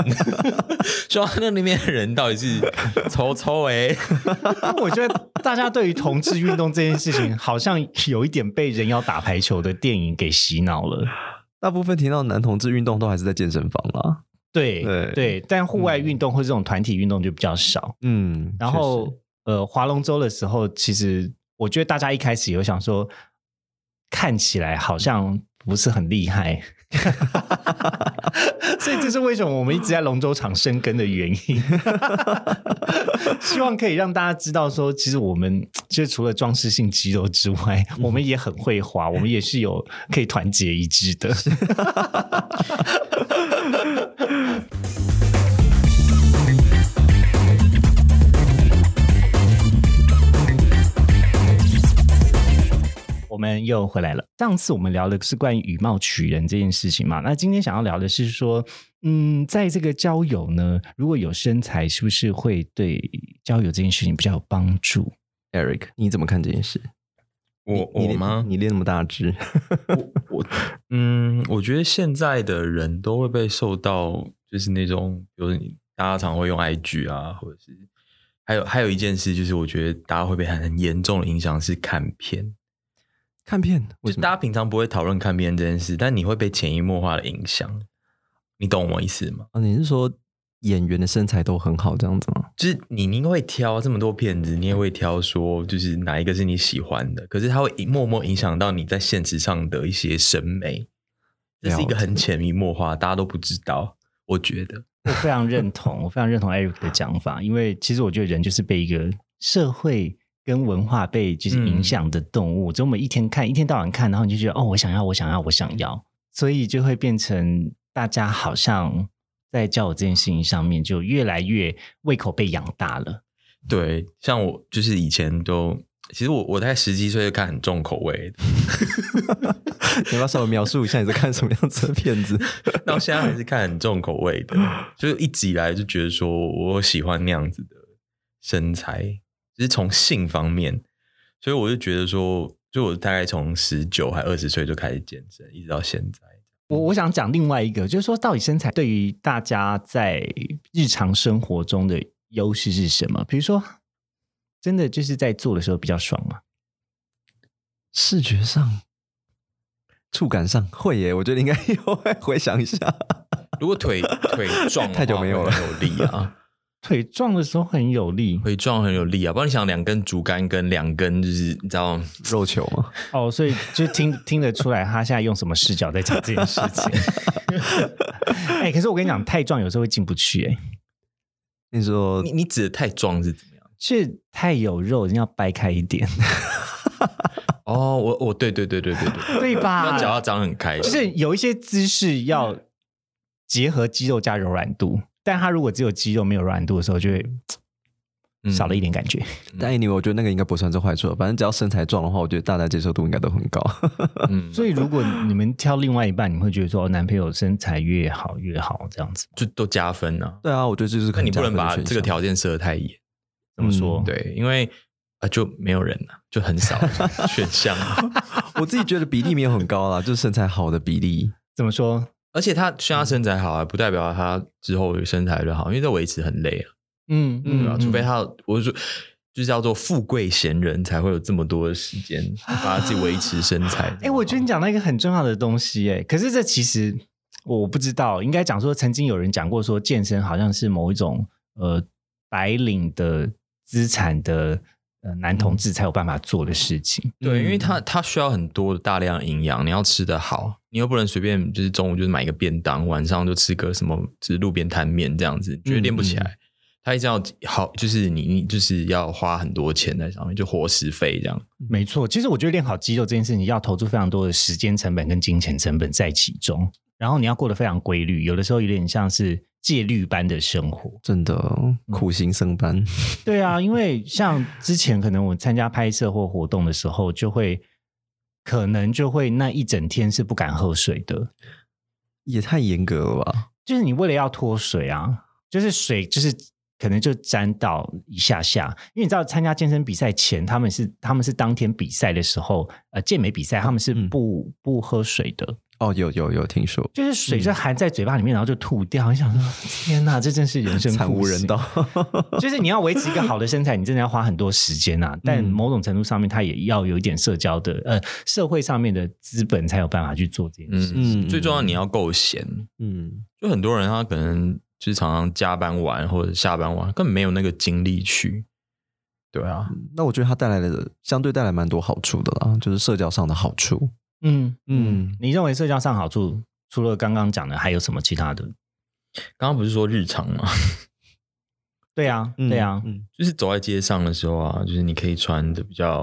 Speaker 2: 需要那里面的人到底是 抽抽哎，
Speaker 1: 我觉得大家对于同志运动这件事情，好像有一点被人妖打排球的电影给洗脑了。
Speaker 3: 大部分听到男同志运动都还是在健身房啦。
Speaker 1: 对
Speaker 3: 对
Speaker 1: 但户外运动或这种团体运动就比较少。
Speaker 3: 嗯，
Speaker 1: 然后呃，划龙舟的时候，其实我觉得大家一开始有想说，看起来好像不是很厉害， 所以这是为什么我们一直在龙舟场生根的原因。 希望可以让大家知道说，其实我们就是除了装饰性肌肉之外，我们也很会滑，我们也是有可以团结一致的。 我们又回来了。上次我们聊的是关于以貌取人这件事情嘛，那今天想要聊的是说，嗯，在这个交友呢，如果有身材，是不是会对交友这件事情比较有帮助？
Speaker 3: 确实 Eric，你怎么看这件事？
Speaker 2: 我
Speaker 3: 你
Speaker 2: 我吗？
Speaker 3: 你练那么大只，
Speaker 2: 我嗯，我觉得现在的人都会被受到，就是那种，比如你大家常会用 IG 啊，或者是还有还有一件事，就是我觉得大家会被很很严重的影响是看片，
Speaker 3: 看片为
Speaker 2: 就
Speaker 3: 什
Speaker 2: 大
Speaker 3: 么？
Speaker 2: 家平常不会讨论看片这件事，但你会被潜移默化的影响，你懂我意思吗？
Speaker 3: 啊，你是说演员的身材都很好这样子 吗？
Speaker 2: 就是你你会挑这么多片子，你也会挑说就是哪一个是你喜欢的，可是它会影默默影响到你在现实上的一些审美，这是一个很潜移默化，大家都不知道。我觉得，
Speaker 1: 我非常认同，我非常认同 Eric 的讲法，因为其实我觉得人就是被一个社会跟文化被就是影响的动物，只有我们一天看，一天到晚看，然后你就觉得哦，我想要，我想要，我想要，所以就会变成大家好像在交友这件事情上面就越来越胃口被养大了。
Speaker 2: 对，像我就是以前都，其实我我在十七岁就看很重口味的，
Speaker 3: 你要不要稍微描述一下你在看什么样子的片子？
Speaker 2: 到现在还是看很重口味的，就是一直以来就觉得说我喜欢那样子的身材，就是从性方面，所以我就觉得说，就我大概从十九还二十岁就开始健身，一直到现在。
Speaker 1: 我我想讲另外一个，就是说到底身材对于大家在日常生活中的优势是什么？比如说，真的就是在做的时候比较爽吗？
Speaker 3: 视觉上、触感上会耶，我觉得应该有。回想一下，
Speaker 2: 如果腿腿壮的话，
Speaker 3: 太久没有
Speaker 2: 会
Speaker 3: 了
Speaker 2: 很有力啊，
Speaker 1: 腿撞的时候很有力
Speaker 2: 腿壮很有力啊。不然你想两根竹竿跟两根就是你知道吗
Speaker 3: 肉球吗？
Speaker 1: 哦，所以就听听得出来他现在用什么视角在讲这件事 情。哎、可是我跟你讲，太壮有时候会进不去、哎，
Speaker 3: 你说
Speaker 2: 你你指的太壮是怎么样？
Speaker 1: 是太有肉，人要掰开一 点，
Speaker 2: 哦，我我对对对对对对，
Speaker 1: 对
Speaker 2: 那
Speaker 1: 吧？
Speaker 2: 脚要张很开，
Speaker 1: 就是有一些姿势要结合肌肉加柔软度，但他如果只有肌肉没有柔软度的时候，就会
Speaker 2: 嗯
Speaker 1: 少了一点感觉。
Speaker 3: 但 anyway，我觉得那个应该不算是坏处，反正只要身材壮的话，我觉得大家接受度应该都很高。
Speaker 2: 嗯，
Speaker 1: 所以如果你们挑另外一半，你们会觉得说，哦男朋友身材越好越好这样子。
Speaker 2: 就都加分啊。
Speaker 3: 对啊，我觉得这就是可
Speaker 2: 那你不
Speaker 3: 加
Speaker 2: 能
Speaker 3: 分的
Speaker 2: 把
Speaker 3: 选
Speaker 2: 这个
Speaker 3: 项
Speaker 2: 条件设得太严，
Speaker 1: 怎么说？
Speaker 3: 嗯
Speaker 2: 对，因为啊就没有人啊，就 很少选项啊，
Speaker 3: 我自己觉得比例没有很高啦，就是身材好的比例。
Speaker 1: 怎么说？
Speaker 2: 而且他虽然他身材好啊，不代表他之后身材就好，因为这维持很累啊，
Speaker 1: 嗯
Speaker 2: 对吧？
Speaker 1: 嗯
Speaker 2: 除非他，我就说就是叫做富贵闲人才会有这么多的时间把自己维持身材。
Speaker 1: 嗯哎哎、我觉得你讲到一个很重要的东西、哎，可是这其实我不知道，应该讲说曾经有人讲过说健身好像是某一种呃白领的资产的呃男同志才有办法做的事情。
Speaker 2: 对，因为
Speaker 3: 嗯
Speaker 2: 它它需要很多的大量的营养，你要吃得好，你又不能随便就是中午就是买一个便当，晚上就吃个什么就是路边摊面这样子，你绝对练
Speaker 3: 嗯
Speaker 2: 不起来。它一直要好，就是你你就是要花很多钱在上面，就伙食费这样。
Speaker 1: 没错，其实我觉得练好肌肉这件事情要投注非常多的时间成本跟金钱成本在其中，然后你要过得非常规律，有的时候有点像是戒律般的生活。
Speaker 3: 真的苦行僧般，
Speaker 1: 对啊，因为像之前可能我参加拍摄或活动的时候，就会可能就会那一整天是不敢喝水的，
Speaker 3: 也太严格了吧？
Speaker 1: 就是你为了要脱水啊，就是水就是可能就沾到一下下，因为你知道参加健身比赛前，他们是他们是当天比赛的时候，呃，健美比赛他们是
Speaker 3: 嗯
Speaker 1: 不、不喝水的，
Speaker 3: 哦，有有有听说，
Speaker 1: 就是水就含在嘴巴里面，然后就吐掉。你 想说，天哪，这真是人生
Speaker 3: 惨
Speaker 1: 苦
Speaker 3: 无人
Speaker 1: 行
Speaker 3: 道。
Speaker 1: 就是你要维持一个好的身材，你真的要花很多时间 啊。但某种程度上面，它也要有一点社交的呃社会上面的资本，才有办法去做这件事。
Speaker 2: 嗯，
Speaker 3: 嗯
Speaker 2: 最重要你要够闲，
Speaker 3: 嗯，
Speaker 2: 就很多人他可能就是常常加班晚或者下班晚，根本没有那个精力去。对啊，
Speaker 3: 那我觉得它带来的相对带来蛮多好处的啦，就是社交上的好处。
Speaker 1: 嗯嗯
Speaker 3: 嗯
Speaker 1: 你认为社交上好处，除了刚刚讲的，还有什么其他的？
Speaker 2: 刚刚不是说日常吗？
Speaker 1: 对啊，
Speaker 3: 嗯
Speaker 1: 对啊，
Speaker 3: 嗯
Speaker 2: 就是走在街上的时候啊，就是你可以穿的比较，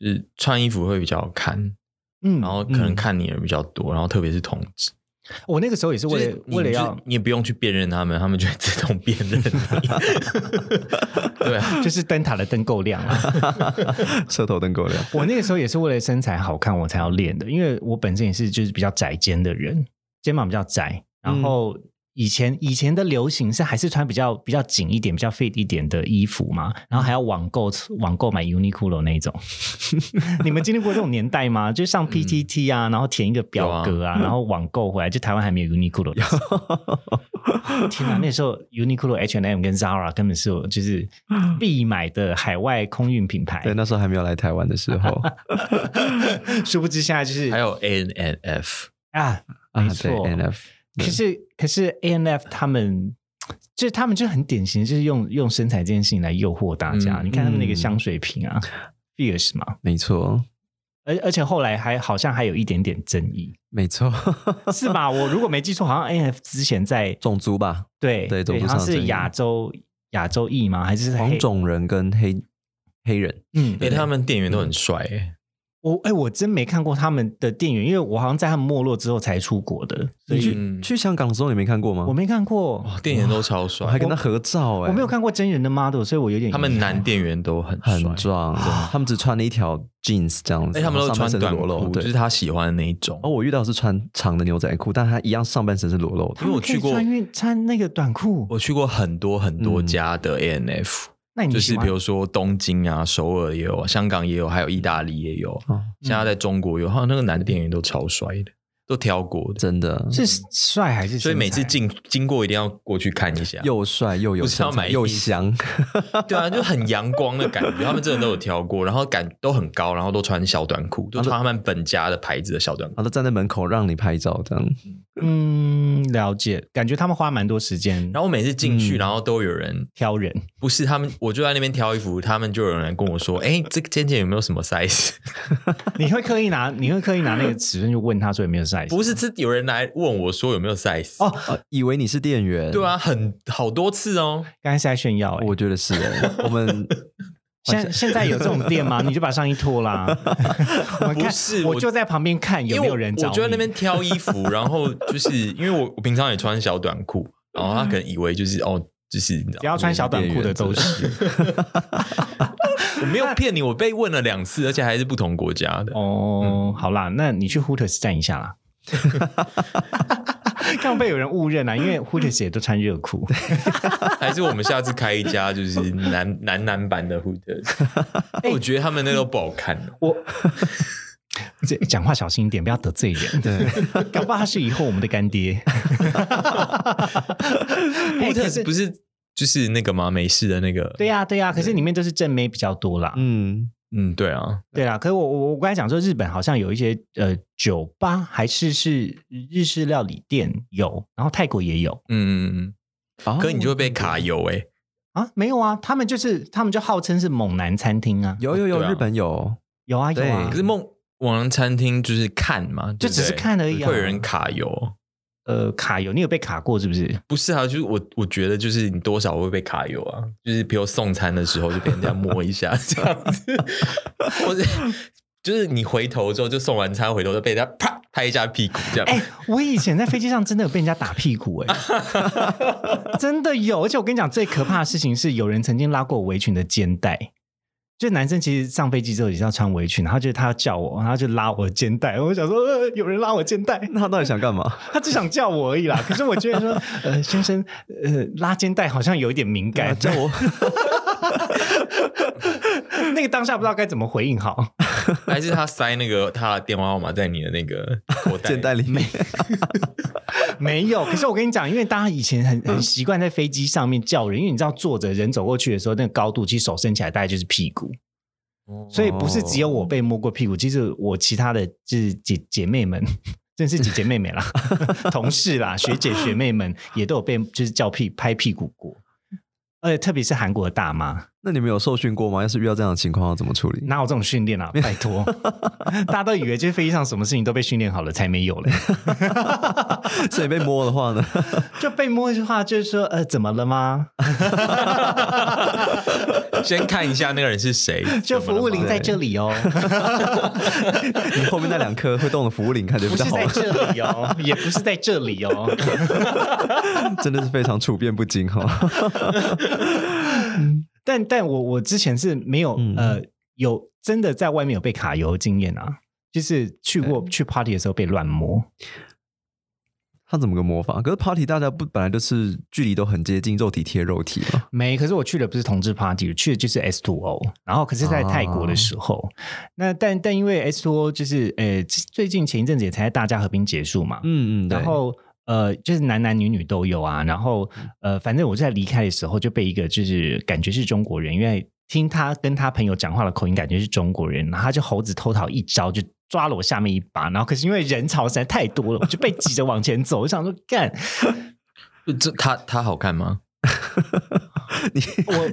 Speaker 2: 就是穿衣服会比较好看，
Speaker 1: 嗯。
Speaker 2: 然后可能
Speaker 3: 嗯
Speaker 2: 看你的人比较多，然后特别是同志，
Speaker 1: 我那个时候也是为了、
Speaker 2: 就是你
Speaker 1: 为了
Speaker 2: 就
Speaker 1: 要
Speaker 2: 是，你也不用去辨认他们，他们就会自动辨认你。对啊，
Speaker 1: 就是灯塔的灯够亮啊。
Speaker 3: 车头灯够亮。
Speaker 1: 我那个时候也是为了身材好看我才要练的，因为我本身也是就是比较窄肩的人，肩膀比较窄。然后以前、以前的流行是还是穿比较比较紧一点、比较 fit 一点的衣服嘛，然后还要网购网购买 Uniqlo 那一种。 你们经历过这种年代吗？就上 PTT 啊，然后填一个表格啊，然后网购回来，就台湾还没有 Uniqlo 的时候。天哪，那时候 Uniqlo、H&M 跟 Zara 根本是我就是必买的海外空运品牌。
Speaker 3: 对，那时候还没有来台湾 的时候
Speaker 1: 殊不知现在就是
Speaker 2: 还有 A N N F，
Speaker 1: 啊，
Speaker 3: 啊，
Speaker 1: 没
Speaker 3: 对
Speaker 1: 错。
Speaker 3: ，NF，
Speaker 1: 可是可是 A N F 他们，就是他们就很典型，就是用用身材这件事情来诱惑大家。
Speaker 2: 嗯
Speaker 1: 你看他们那个
Speaker 3: 嗯
Speaker 1: 香水瓶啊、f i e r c e 嘛，
Speaker 3: 没错，
Speaker 1: 而而且后来还好像还有一点点争 议，
Speaker 3: 没错，
Speaker 1: 是吧？我如果没记错，好像 A N F 之前在
Speaker 3: 种族吧，
Speaker 1: 对
Speaker 3: 对种族
Speaker 1: 好像
Speaker 3: 上的
Speaker 1: 是
Speaker 3: 争议
Speaker 1: 亚洲亚洲裔吗？还是
Speaker 3: 黄
Speaker 1: 黑？
Speaker 3: 种人跟黑黑人，
Speaker 1: 嗯，
Speaker 2: 哎、他们店员都很帅、欸，
Speaker 3: 嗯
Speaker 1: 我哎、我真没看过他们的店员，因为我好像在他们没落之后才出国的，所
Speaker 3: 你
Speaker 1: 以
Speaker 3: 去
Speaker 2: 嗯
Speaker 3: 去香港的时候你没看过吗？
Speaker 1: 我没看过。
Speaker 2: 哇，店员都超帅
Speaker 3: 我，还跟他合照哎，
Speaker 1: 我没有看过真人的 model，所以我有点
Speaker 2: 他
Speaker 1: 遗
Speaker 2: 们
Speaker 1: 憾
Speaker 2: 男店员都很帅啊
Speaker 3: 很，壮，他们只穿了一条 jeans 这样子，
Speaker 2: 哎，他们都
Speaker 3: 然后上
Speaker 2: 穿
Speaker 3: 半身
Speaker 2: 短
Speaker 3: 裸
Speaker 2: 裤，
Speaker 3: 露，
Speaker 2: 就是
Speaker 3: 对。
Speaker 2: 他喜欢的那一种。
Speaker 3: 哦，我遇到的是穿长的牛仔裤，但他一样上半身是裸露的
Speaker 1: 他。们
Speaker 2: 因为我
Speaker 1: 可以
Speaker 2: 去过
Speaker 1: 穿运穿那个短裤，
Speaker 2: 我去过很多很多
Speaker 3: 嗯
Speaker 2: 家的 A N F，、
Speaker 1: 那你
Speaker 2: 就是
Speaker 1: 喜
Speaker 2: 比
Speaker 1: 欢
Speaker 2: 如说东京啊、首尔也有，香港也有，还有意大利也有，
Speaker 3: 哦
Speaker 2: 现在在中国有，还有那个男的店员都超帅的，都挑过的，
Speaker 3: 真的
Speaker 1: 是帅还是身材？
Speaker 2: 所以每次进经过一定要过去看一下。
Speaker 3: 又帅又有
Speaker 2: 啊不是要
Speaker 3: 身材
Speaker 2: 买
Speaker 3: 又
Speaker 2: 衣服
Speaker 3: 香，
Speaker 2: 对啊，就很阳光的感觉，他们真的都有挑过，然后感都很高，然后都穿小短裤，就穿他们本家的牌子的小短裤。
Speaker 3: 他都站在门口让你拍照这样。
Speaker 1: 嗯，了解，感觉他们花蛮多时间，然
Speaker 2: 然
Speaker 1: 后
Speaker 2: 后我每次进去，
Speaker 3: 嗯
Speaker 2: 然后都有人
Speaker 1: 挑人，
Speaker 2: 不是他们，我就在那边挑衣服，他们就有人跟我 说：“哎、这个尖尖有没有什么 size？”
Speaker 1: 你会刻意拿，你会刻意拿那个尺寸去问他说有没有 size？
Speaker 2: 不是，是有人来问我说有没有 size。
Speaker 1: 哦
Speaker 3: 呃以为你是店员，
Speaker 2: 对，啊，很好多次哦。
Speaker 1: 刚才是在炫耀、欸，
Speaker 3: 我觉得是哎，我们
Speaker 1: 现现在有这种店吗？ 你就把上衣脱啦。我们看
Speaker 2: 不是
Speaker 1: 我
Speaker 2: 我
Speaker 1: 就在旁边看有没有人
Speaker 2: 因为
Speaker 1: 找
Speaker 2: 我我就在那
Speaker 1: 你
Speaker 2: 边挑衣 服，然后就是因为我我平常也穿小短裤，然后他可能以为就是哦，就是你知
Speaker 1: 只
Speaker 2: 道，
Speaker 1: 要穿小短裤的都是
Speaker 2: 我没有骗你，我被问了两次，而且还是不同国家的。嗯
Speaker 1: 哦。好啦，那你去 Hooters 站一下 啦。 刚被有人误认啊，因为 Hooters 也都穿热裤。
Speaker 2: 还是我们下次开一 家就是男男男版的 Hooters，我觉得他们那都不好看。
Speaker 1: 哎
Speaker 2: 哦
Speaker 1: 我这讲话小心一点，不要得罪人。
Speaker 3: 对，
Speaker 1: 搞不好他是以后我们的干 爹。哎可
Speaker 2: Hooters
Speaker 1: 是啊
Speaker 2: 不是就是那个吗？美式的那个，
Speaker 1: 对呀、对呀、可是里面都是正妹比较多啦。
Speaker 3: 嗯，
Speaker 2: 嗯，对啊，
Speaker 1: 对啦，可是我我我刚才讲说，日本好像有一些呃酒吧，还是是日式料理店有，然后泰国也有
Speaker 2: 嗯嗯
Speaker 3: 啊
Speaker 1: 哦
Speaker 2: 嗯，可你就会被卡油哎、
Speaker 1: 啊？没有啊？他们就是他们就号称是猛男餐厅啊，
Speaker 3: 有有有、
Speaker 2: 对啊
Speaker 3: 日本有，
Speaker 1: 有啊有
Speaker 3: 对
Speaker 1: 啊
Speaker 2: 可，是梦网上餐厅就是看嘛，
Speaker 1: 就
Speaker 2: 对不
Speaker 1: 只是
Speaker 2: 对
Speaker 1: 看而已啊
Speaker 2: 会有人卡油。
Speaker 1: 呃卡有，你有被卡过是不是？
Speaker 2: 不是啊，就是我我觉得就是你多少会被卡油啊，就是比如送餐的时候就被人家摸一下 这样子，或者就是你回头之后就送完餐回头就被人家啪拍一下屁股这样。
Speaker 1: 哎、我以前在飞机上真的有被人家打屁股、哎，真的有。而且我跟你讲，最可怕的事情是，有人曾经拉过我围裙的肩带。就男生其实上飞机之后也是要穿围裙，然后就是他要叫我，然后就拉我的肩带。我想说，呃，有人拉我肩带，
Speaker 3: 那他到底想干嘛？
Speaker 1: 他只想叫我而已啦。可是我觉得说，呃，先生，呃，拉肩带好像有一点敏感，
Speaker 3: 叫我
Speaker 1: 那个当下不知道该怎么回应好。
Speaker 2: 还是他塞那个他的电话号码在你的那个口袋
Speaker 3: 肩带里面，
Speaker 1: 没有，可是我跟你讲，因为大家以前很很习惯在飞机上面叫人，因为你知道坐着人走过去的时候，那个高度其实手伸起来大概就是屁股，
Speaker 2: 哦
Speaker 1: 所以不是只有我被摸过屁股，其实我其他的就是姐姐妹们， 真是姐姐妹妹啦， 同事啦、 学姐学妹们也都有被就是叫屁拍屁股过，而且特别是韩国的大妈，
Speaker 3: 那你们有受训过吗？要是遇到这样的情况，要怎么处理？
Speaker 1: 哪有这种训练啊？拜托，大家都以为就是飞机上什么事情都被训练好了，才没有嘞。
Speaker 3: 所以被摸的话呢？
Speaker 1: 就被摸的话，就是说呃，怎么了吗？
Speaker 2: 先看一下那个人是谁，
Speaker 1: 就服务铃在这里哦，
Speaker 3: 你后面那两颗会动的服务铃看得
Speaker 1: 不
Speaker 3: 比
Speaker 1: 是
Speaker 3: 较好
Speaker 1: 在，这里哦，也不是在这里哦。
Speaker 3: 真的是非常处变不惊哈。
Speaker 1: 但但我我之前是没有、
Speaker 3: 嗯
Speaker 1: 呃有真的在外面有被卡油的经验啊，就是去过去 party 的时候被乱摸，
Speaker 3: 他怎么个模仿？可是 party 大家不本来就是距离都很接近，肉体贴肉体嘛。
Speaker 1: 没。可是我去的不是同志 party，我去的就是 S two O。然后可是在泰
Speaker 3: 哦
Speaker 1: 国的时候，那但但因为 S two O 就是呃最近前一阵子也才在大家和平结束嘛，
Speaker 3: 嗯嗯，对
Speaker 1: 然后呃，就是男男女女都有啊。然后呃，反正我在离开的时候就被一个就是感觉是中国人，因为听他跟他朋友讲话的口音，感觉是中国人，然后他就猴子偷桃一招就。抓了我下面一把，然后可是因为人潮实在太多了，我就被挤着往前走。我想说，干，
Speaker 2: 这这他他好看吗？
Speaker 3: 你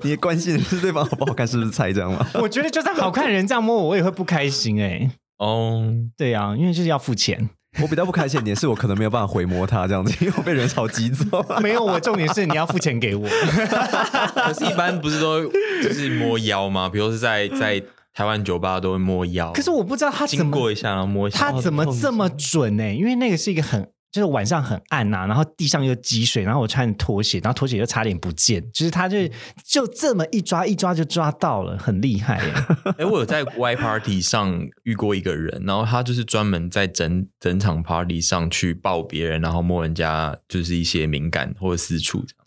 Speaker 3: 你的关心的是对方好不好看，是不是菜这样吗？
Speaker 1: 我觉得就算好看的人这样摸我，我也会不开心哎、
Speaker 2: 哦、
Speaker 1: 对啊，因为就是要付钱。
Speaker 3: 我比较不开心的点是我可能没有办法回摸他这样子，因为我被人潮挤走。
Speaker 1: 没有，我重点是你要付钱给我。
Speaker 2: 可是，一般不是都就是摸腰吗？比如是在在台湾酒吧都会摸腰，
Speaker 1: 可是我不知道他怎
Speaker 2: 经
Speaker 1: 么
Speaker 2: 过一下然后摸一下，
Speaker 1: 他怎么这么准呢、因为那个是一个很，就是晚上很暗呐、然后地上又积水，然后我穿拖鞋，然后拖鞋又差点不见，就是他就
Speaker 2: 嗯
Speaker 1: 就这么一抓一抓就抓到了，很厉害耶、
Speaker 2: 哎、我有在 Y Party 上遇过一个人，然后他就是专门在整整场 Party 上去抱别人，然后摸人家就是一些敏感或者私处这样。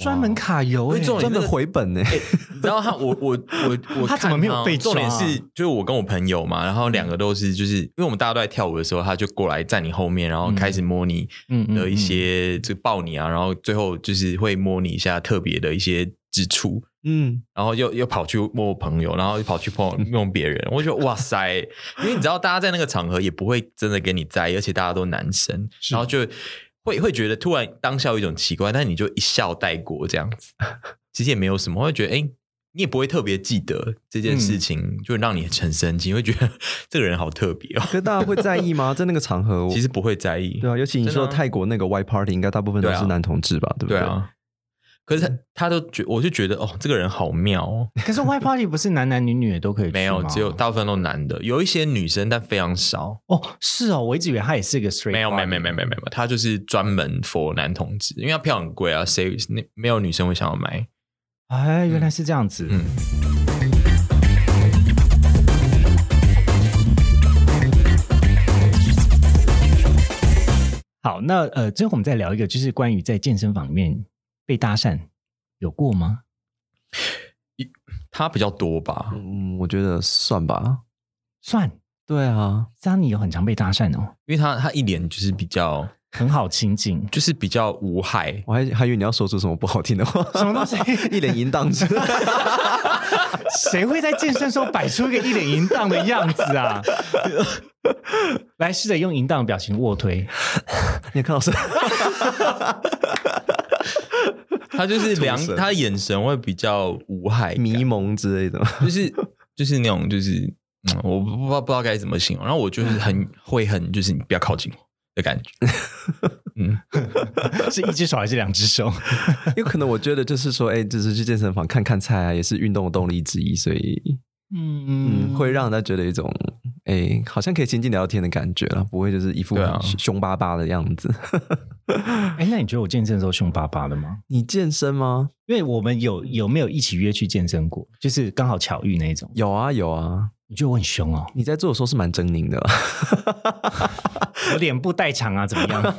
Speaker 1: 专门卡油、
Speaker 2: 因为这种
Speaker 1: 欸，
Speaker 3: 真的回本呢、
Speaker 2: 然后他，我我我 我，
Speaker 1: 他怎么没有被
Speaker 2: 看重
Speaker 1: 抓啊嗯
Speaker 2: 点是，就是我跟我朋友嘛，然后两个都是，就是因为我们大家都在跳舞的时候，他就过来站你后面，然后开始摸你
Speaker 1: 嗯嗯
Speaker 2: 的一些，就抱你啊，然后最后就是会摸你一下特别的一些之处，
Speaker 3: 嗯，
Speaker 2: 然后又又跑去摸我朋友，然后又跑去碰弄别人，我就觉得哇塞，因为你知道大家在那个场合也不会真的跟你在意，而且大家都男生，然后就会会觉得突然当下有一种奇怪，但你就一笑带过这样子，其实也没有什么，会觉得哎。诶你也不会特别记得这件事情，就让你很生气，会觉得这个人好特别哦。
Speaker 3: 可是大家会在意吗？在那个场合，
Speaker 2: 其实不会在意，
Speaker 3: 对啊，尤其你说
Speaker 2: 真的啊
Speaker 3: 泰国那个 Y Party，应该大部分都
Speaker 2: 对啊
Speaker 3: 是男同志吧？对不
Speaker 2: 对啊。可是他他都觉，我就觉得哦，这个人好妙哦。
Speaker 1: 嗯可是 Y Party 不是男男女女也都可以去吗
Speaker 2: 没有，只有大部分都男的，有一些女生，但非常少。
Speaker 1: 哦，是哦，我一直以为他也是一个 straight，
Speaker 2: 没有，没
Speaker 1: party
Speaker 2: 有，没有，没有，没有，没有，他就是专门 for 男同志，因为他票很贵啊，谁那没有女生会想要买？
Speaker 1: 哎，原来是这样子。
Speaker 2: 嗯
Speaker 1: 好，那呃，最后我们再聊一个，就是关于在健身房里面被搭讪有过吗？
Speaker 2: 他比较多吧？
Speaker 3: 嗯，我觉得算吧。
Speaker 1: 算，
Speaker 3: 对啊，
Speaker 1: 扎尼有很常被搭讪哦。
Speaker 2: 因为他他一脸就是比较，
Speaker 1: 很好亲近
Speaker 2: 就是比较无害。
Speaker 3: 我还还以为你要说出什么不好听的话，
Speaker 1: 什么东西
Speaker 3: 一脸淫荡之类的。
Speaker 1: 谁会在健身的时候摆出一个一脸淫荡的样子啊？来，试着用淫荡的表情卧 推，
Speaker 3: 你看到是
Speaker 2: 他 就是良
Speaker 3: 畜，生
Speaker 2: 他眼神会比较无害感，
Speaker 3: 迷蒙之类的 吗？
Speaker 2: 就是就是那种就是，嗯、我不不知道不知道该怎么形容。然后我就是 很会很就是你不要靠近我的感觉。嗯，
Speaker 1: 是一只手还是两只手？
Speaker 3: 有可能我觉得就是说，哎、就是去健身房看看菜啊，也是运动的动力之一，所以嗯，
Speaker 1: 嗯
Speaker 3: 会让人家觉得一种哎、好像可以亲近聊天的感觉了，不会就是一副
Speaker 2: 对啊
Speaker 3: 凶巴巴的样子。
Speaker 1: 哎，那你觉得我健身的时候凶巴巴的吗？
Speaker 3: 你健身吗？
Speaker 1: 因为我们有有没有一起约去健身过？就是刚好巧遇那一种。
Speaker 3: 有啊有啊，
Speaker 1: 你觉得我很凶哦？
Speaker 3: 你在做的时候是蛮狰狞的啦，
Speaker 1: 我脸部代偿啊？怎么 样？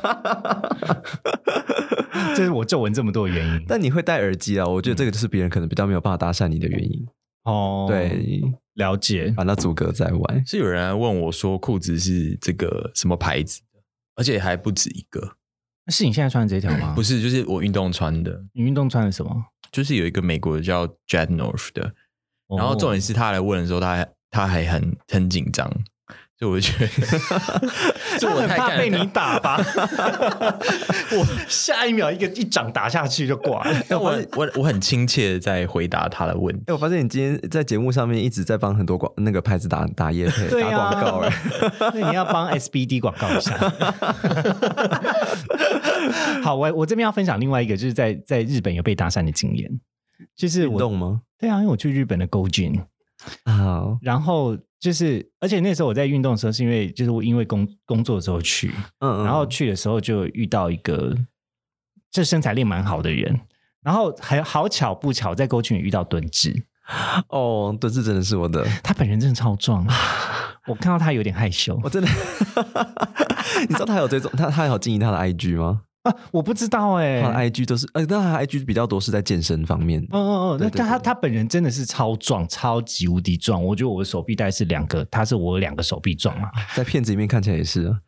Speaker 1: 这是我皱纹这么多的原因。
Speaker 3: 但你会戴耳机啊，我觉得这个就是别人可能比较没有办法搭讪你的原因。
Speaker 1: 哦，，
Speaker 3: 对，
Speaker 1: 了解。
Speaker 3: 把它阻隔在外。
Speaker 2: 是有人来问我说裤子是这个什么牌子的，而且还不止一个，
Speaker 1: 是你现在穿的这条吗？
Speaker 2: 不
Speaker 1: 是，
Speaker 2: 是就是我运动穿的，
Speaker 1: 你运动穿的什么？
Speaker 2: 就是有一个美国的叫 Jad North 的，
Speaker 1: 哦
Speaker 2: 然后重点是他来问的时候，他还他还很很紧张，所以我就觉 得 这
Speaker 1: 他
Speaker 2: 我
Speaker 1: 很
Speaker 2: 太
Speaker 1: 怕
Speaker 2: 干
Speaker 1: 被
Speaker 2: 了
Speaker 1: 你打吧？ 我下一秒一个一掌打下去就挂了。
Speaker 2: 但我我我很亲切的在回答他的问题。
Speaker 3: 哎、我发现你今天在节目上面一直在帮很多广那个牌子打打业配、
Speaker 1: 对
Speaker 3: 打
Speaker 1: 啊
Speaker 3: 广告、哎，
Speaker 1: 那你要帮 SBD 广告一下。 好，我我这边要分享另外一个，就是在在日本有被搭讪的经验，就是
Speaker 3: 运
Speaker 1: 我
Speaker 3: 动吗？
Speaker 1: 对啊，因为我去日本的 Go Gym，
Speaker 3: 啊，
Speaker 1: 然后就是而且那时候我在运动的时候，是因为就是我因为工工作的时候去，
Speaker 3: 嗯嗯，
Speaker 1: 然后去的时候就遇到一个这身材练蛮好的人，然后还好巧不巧在 Go Gym 也遇到敦志，
Speaker 3: 哦，对，这真的是我的，
Speaker 1: 他本人真的超壮，啊 我看到他有点害羞
Speaker 3: 我真的，你知道他有追踪他，他有经营他的 IG 吗？
Speaker 1: 啊，我不知道哎、
Speaker 3: 他的 IG 都是，呃，但他的 IG 比较多是在健身方面的。
Speaker 1: 哦哦哦，那
Speaker 3: 对对
Speaker 1: 但他
Speaker 3: 对
Speaker 1: 他本人真的是超壮，超级无敌壮。我觉得我的手臂大概是两个，他是我两个手臂壮嘛。啊
Speaker 3: 在片子里面看起来也是啊，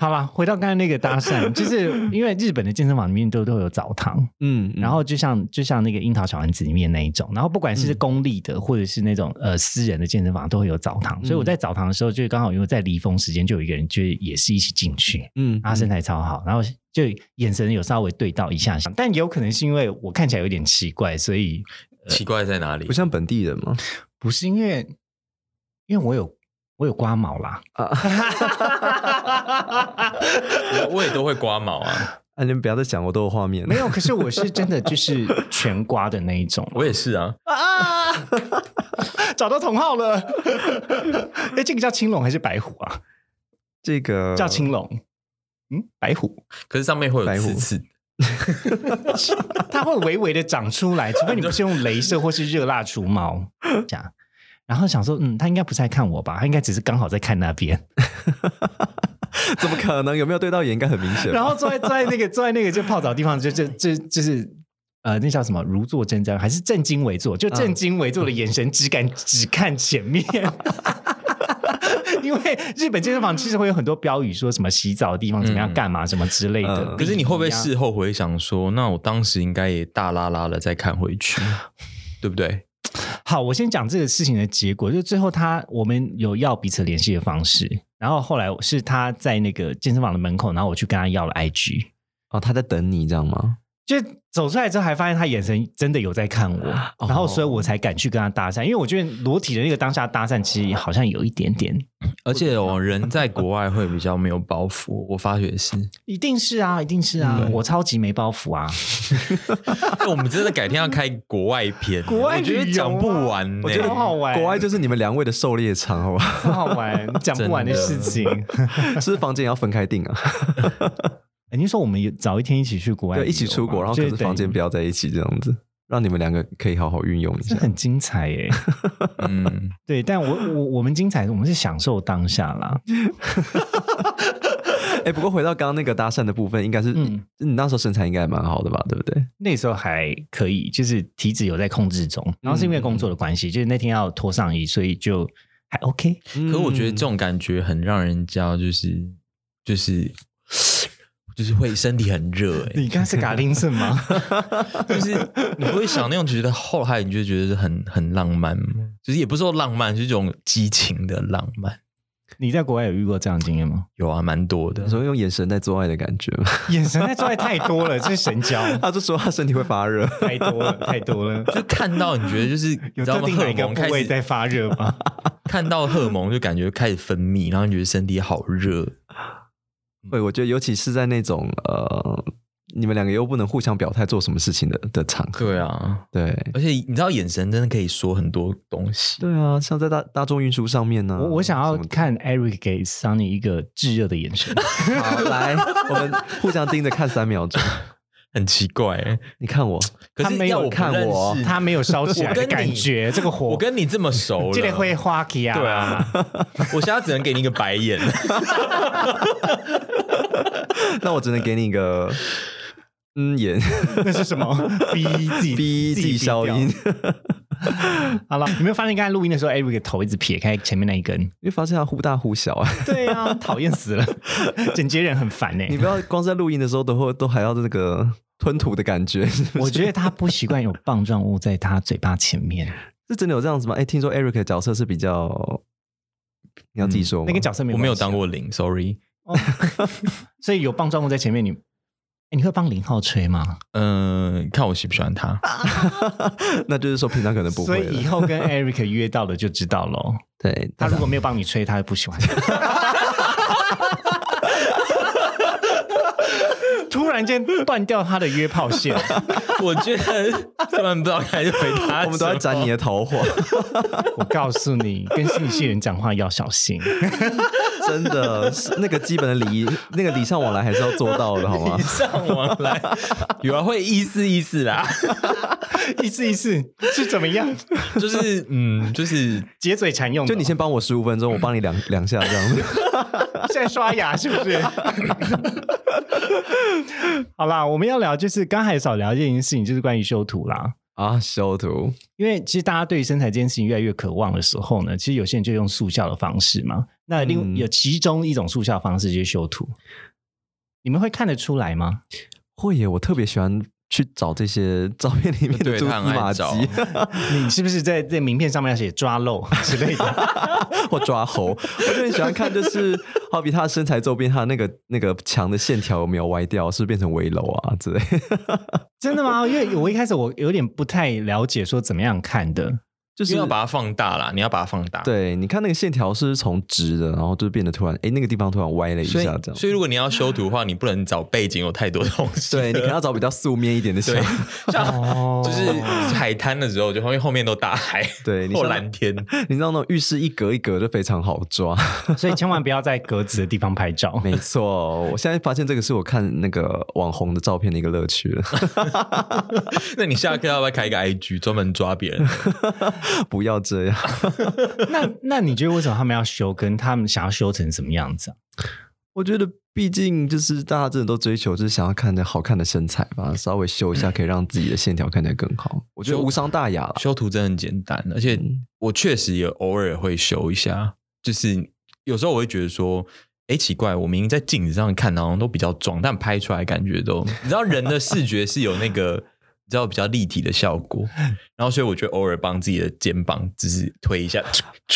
Speaker 1: 好啦，回到刚才那个搭讪，就是因为日本的健身房里面都都有澡堂，
Speaker 3: 嗯，
Speaker 1: 然后就像就像那个樱桃小丸子里面那一种，然后不管是公立的、或者是那种呃私人的健身房都会有澡堂，所以我在澡堂的时候就刚好因为在离峰时间就有一个人就也是一起进去，
Speaker 3: 嗯，
Speaker 1: 然后他身材超好，然后就眼神有稍微对到一下下，但有可能是因为我看起来有点奇怪，所以。
Speaker 2: 呃奇怪在哪里
Speaker 3: 不？像本地人嘛，
Speaker 1: 不是因为，因为我有我有刮毛啦。
Speaker 2: 我我也都会刮毛啊，
Speaker 3: 啊，你们不要再讲，我都有画面。
Speaker 1: 没有，可是我是真的就是全刮的那一种
Speaker 2: 我也是啊。
Speaker 1: 啊！ 找到同号了。 哎、这个叫青龙还是白虎啊？
Speaker 3: 这个
Speaker 1: 叫青龙。嗯，白 虎，
Speaker 2: 可是上面会有
Speaker 3: 白虎
Speaker 2: 刺刺，
Speaker 1: 它会微微的长出 来，除非你不是用镭射或是热蜡除毛这样。然后想说，嗯，他应该不是在看我吧？他应该只是刚好在看那边。
Speaker 3: 怎么可能？有没有对到眼？应该很明显吧。
Speaker 1: 然后坐在坐在那个坐在那个就泡澡的地方，就就就就是呃，那叫什么如坐针毡，还是正襟危坐？就
Speaker 2: 嗯
Speaker 1: 正襟危坐的眼神，只 敢只看前面。因为日本健身房其实会有很多标语，说什么洗澡的地方怎么样、
Speaker 2: 嗯
Speaker 1: 干嘛、什么之类的。
Speaker 3: 嗯
Speaker 2: 可是你会不会
Speaker 1: 礼仪啊
Speaker 2: 事后回想说，那我当时应该也大拉拉的再看回去，对不对？
Speaker 1: 好，我先讲这个事情的结果，就是最后他我们有要彼此联系的方式，然后后来是他在那个健身房的门口，然后我去跟他要了 IG，
Speaker 3: 哦，他在等你，这样吗？
Speaker 1: 就走出来之后，还发现他眼神真的有在看我，然
Speaker 3: 哦
Speaker 1: 后所以我才敢去跟他搭讪，因为我觉得裸体的那个当下搭讪，其实好像有一点点，
Speaker 2: 而且哦，人在国外会比较没有包袱，我发觉是。
Speaker 1: 一定是啊，一定是啊，
Speaker 3: 嗯
Speaker 1: 我超级没包袱啊，
Speaker 2: 哎我们真的改天要开国外篇，
Speaker 1: 国外
Speaker 2: 我觉
Speaker 1: 旅
Speaker 2: 得
Speaker 1: 游
Speaker 2: 讲不
Speaker 1: 啊
Speaker 2: 完呢、
Speaker 1: 我觉得好好玩，
Speaker 3: 嗯国外就是你们两位的狩猎场，好吧？
Speaker 1: 很好玩， 讲不完的事情。
Speaker 3: 是不是房间也要分开订啊？
Speaker 1: 哎你说我们有早一天一起去国外旅游
Speaker 3: 对，
Speaker 1: 吗，
Speaker 3: 一起出国，然后
Speaker 1: 就
Speaker 3: 可是
Speaker 1: 等于
Speaker 3: 房间不要在一起，这样子，让你们两个可以好好运用一
Speaker 1: 这
Speaker 3: 下。
Speaker 1: 很精彩耶、
Speaker 2: 嗯，
Speaker 1: 对，但我我我们精彩，我们是享受当下啦。
Speaker 3: 哎、不过回到刚刚那个搭讪的部分，应该是、
Speaker 1: 嗯
Speaker 3: 你那时候身材应该也蛮好的吧，对不对？
Speaker 1: 那时候还可以，就是体脂有在控制中，然后是因为工作的关系，就是那天要脱上衣，所以就还 OK。
Speaker 3: 嗯
Speaker 2: 可我觉得这种感觉很让人家就是
Speaker 4: 就是。就是会身体很热、欸，
Speaker 1: 你刚是嘎丁森吗？
Speaker 4: 就是
Speaker 2: 你不会想那种觉得后来你就觉得是很很浪漫吗？就是也不是说浪漫，是一种激情的浪漫。
Speaker 1: 你在国外有遇过这样的经验吗？
Speaker 2: 有啊，蛮多的
Speaker 1: 嗯
Speaker 3: 你。说用眼神在做爱的感觉吗？
Speaker 1: 眼神在做爱太多了，这是神交，
Speaker 3: 他就说他身体会发热，
Speaker 1: 太多了，太多了。
Speaker 2: 就看到你觉得就是，你
Speaker 1: 有
Speaker 2: 知道
Speaker 1: 特
Speaker 2: 吗？
Speaker 1: 定
Speaker 2: 荷
Speaker 1: 哪
Speaker 2: 尔
Speaker 1: 一个
Speaker 2: 蒙
Speaker 1: 部
Speaker 2: 开
Speaker 1: 位在
Speaker 2: 始
Speaker 1: 发热吗？
Speaker 2: 看到荷尔蒙就感觉开始分泌，然后你觉得身体好热，
Speaker 3: 对，我觉得尤其是在那种呃，你们两个又不能互相表态做什么事情的的场合，
Speaker 2: 对啊，
Speaker 3: 对
Speaker 2: 而且你知道眼神真的可以说很多东西。
Speaker 3: 对啊，像在大大众运输上面呢、
Speaker 1: 我我想要
Speaker 3: 什么 的
Speaker 1: 看 Eric 给 Sunny 一个炙热的眼神。
Speaker 3: 好来， 我们互相盯着看三 秒钟，
Speaker 2: 很奇怪、欸，
Speaker 3: 你看我，
Speaker 2: 可
Speaker 1: 他
Speaker 2: 是
Speaker 1: 没
Speaker 2: 要
Speaker 1: 有
Speaker 2: 我不
Speaker 3: 看
Speaker 2: 认
Speaker 3: 我
Speaker 2: 识
Speaker 1: 他没有烧起来的感觉，这个火，
Speaker 2: 我跟你这么熟 了，
Speaker 1: 这里会花起啊，
Speaker 2: 对啊，我现在只能给你一个白 眼，
Speaker 3: 那我只能给你一个嗯眼
Speaker 1: 那是什 么？逼自己
Speaker 3: 逼自己消音，
Speaker 1: 掉。好了，有没有发现刚才录音的时候，Eric 的头一直撇开前面那一 根？
Speaker 3: 因为发现它忽大忽小啊，
Speaker 1: 对啊，讨厌死了， 整节人很烦欸呢、
Speaker 3: 你不要光在录音的时候都会都还要那个吞吐的感觉，是不是
Speaker 1: 我觉得他不习惯有棒状物在他嘴巴前面，
Speaker 3: 是真的有这样子吗？哎，听说 Eric 的角色是比较，你要自己说吗？
Speaker 1: 那个角色没
Speaker 2: 我没有
Speaker 1: 关系啊
Speaker 2: 当过零，sorry。
Speaker 1: 哦 所以有棒状物在前面，你，诶你会帮林浩吹吗？
Speaker 2: 嗯，看我喜不喜欢他。
Speaker 3: 那就是说平常可能不
Speaker 1: 所
Speaker 3: 会
Speaker 1: 以以
Speaker 3: 了。
Speaker 1: 后跟 Eric 约到了就知道 喽。
Speaker 3: 对，
Speaker 1: 他
Speaker 3: 大
Speaker 1: 如
Speaker 3: 家
Speaker 1: 果没有帮你吹，他就不喜 欢。突然间断掉他的约炮线，
Speaker 2: 我觉得根本不知道该回答什么。
Speaker 3: 我们都在斩你的桃花，
Speaker 1: 我告诉你，跟新一系人讲话要小 心。
Speaker 3: 真的是那个基本的礼仪，那个礼尚往来还是要做到的，好吗
Speaker 2: 礼？尚往 来，有啊，会意思意思啦，
Speaker 1: 一次一次是怎么样？
Speaker 2: 就是嗯，就是
Speaker 1: 解嘴馋用的哦。
Speaker 3: 就你先帮我十五分钟，我帮你两两下这样子。
Speaker 1: 哦现在刷牙是不是？ 好啦，我们要聊就是刚才少聊这件事情，就是关于修图啦。
Speaker 3: 啊，修图
Speaker 1: 因为其实大家对于身材这件事情越来越渴望的时候呢，其实有些人就用速效的方式嘛。那另、
Speaker 3: 嗯
Speaker 1: 有其中一种速效方式就是修图，你们会看得出来吗？
Speaker 3: 会耶，我特别喜欢去找这些照片里面的
Speaker 2: 对
Speaker 3: 蛛丝
Speaker 2: 他很爱
Speaker 3: 马迹
Speaker 2: 找，
Speaker 1: 你是不是在在名片上面要写抓漏之类的？
Speaker 3: 或抓猴。我就很喜欢看，就是好比他的身材周边，他那个那个墙的线条有没有歪掉，是不是变成围楼啊之类。
Speaker 1: 真的吗？因 为我一开始我有点不太了解说怎么样看的，
Speaker 3: 就是
Speaker 2: 因为要把它放大啦，你要把它放大。，
Speaker 3: 对，你看那个线条是不是从直的，然后就变得突然，哎，那个地方突然歪了一
Speaker 2: 所以
Speaker 3: 下，这样。
Speaker 2: 所以如果你要修图的话，你不能找背景有太多东西。
Speaker 3: 对你可能要找比较素面一点的线
Speaker 2: 对。，像
Speaker 1: 哦
Speaker 2: 就是海滩的时候，就因为后面都大海，
Speaker 3: 对你
Speaker 2: 或
Speaker 3: 像
Speaker 2: 蓝天。
Speaker 3: 你知道那种浴室一格一格就非常好抓。
Speaker 1: 所以千万不要在格子的地方拍照。
Speaker 3: 没错，我现在发现这个是我看那个网红的照片的一个乐趣 了。
Speaker 2: 那你下课要不要开一个 IG 专门抓别人？
Speaker 3: 不要这样，
Speaker 1: 那那你觉得为什么他们要修，跟他们想要修成什么样子啊？
Speaker 3: 我觉得毕竟就是大家真的都追求，就是想要看着好看的身材吧，稍微修一下可以让自己的线条看起来更好。我觉得
Speaker 2: 修
Speaker 3: 无伤大雅了。
Speaker 2: 修图真的很简单，而且
Speaker 3: 嗯
Speaker 2: 我确实也偶尔会修一下，就是有时候我会觉得说。哎，奇怪，我明明在镜子上看，好像都比较壮，但拍出来感觉都，你知道人的视觉是有那个，你知道比较立体的效果，然后所以我就偶尔帮自己的肩膀只是推一下，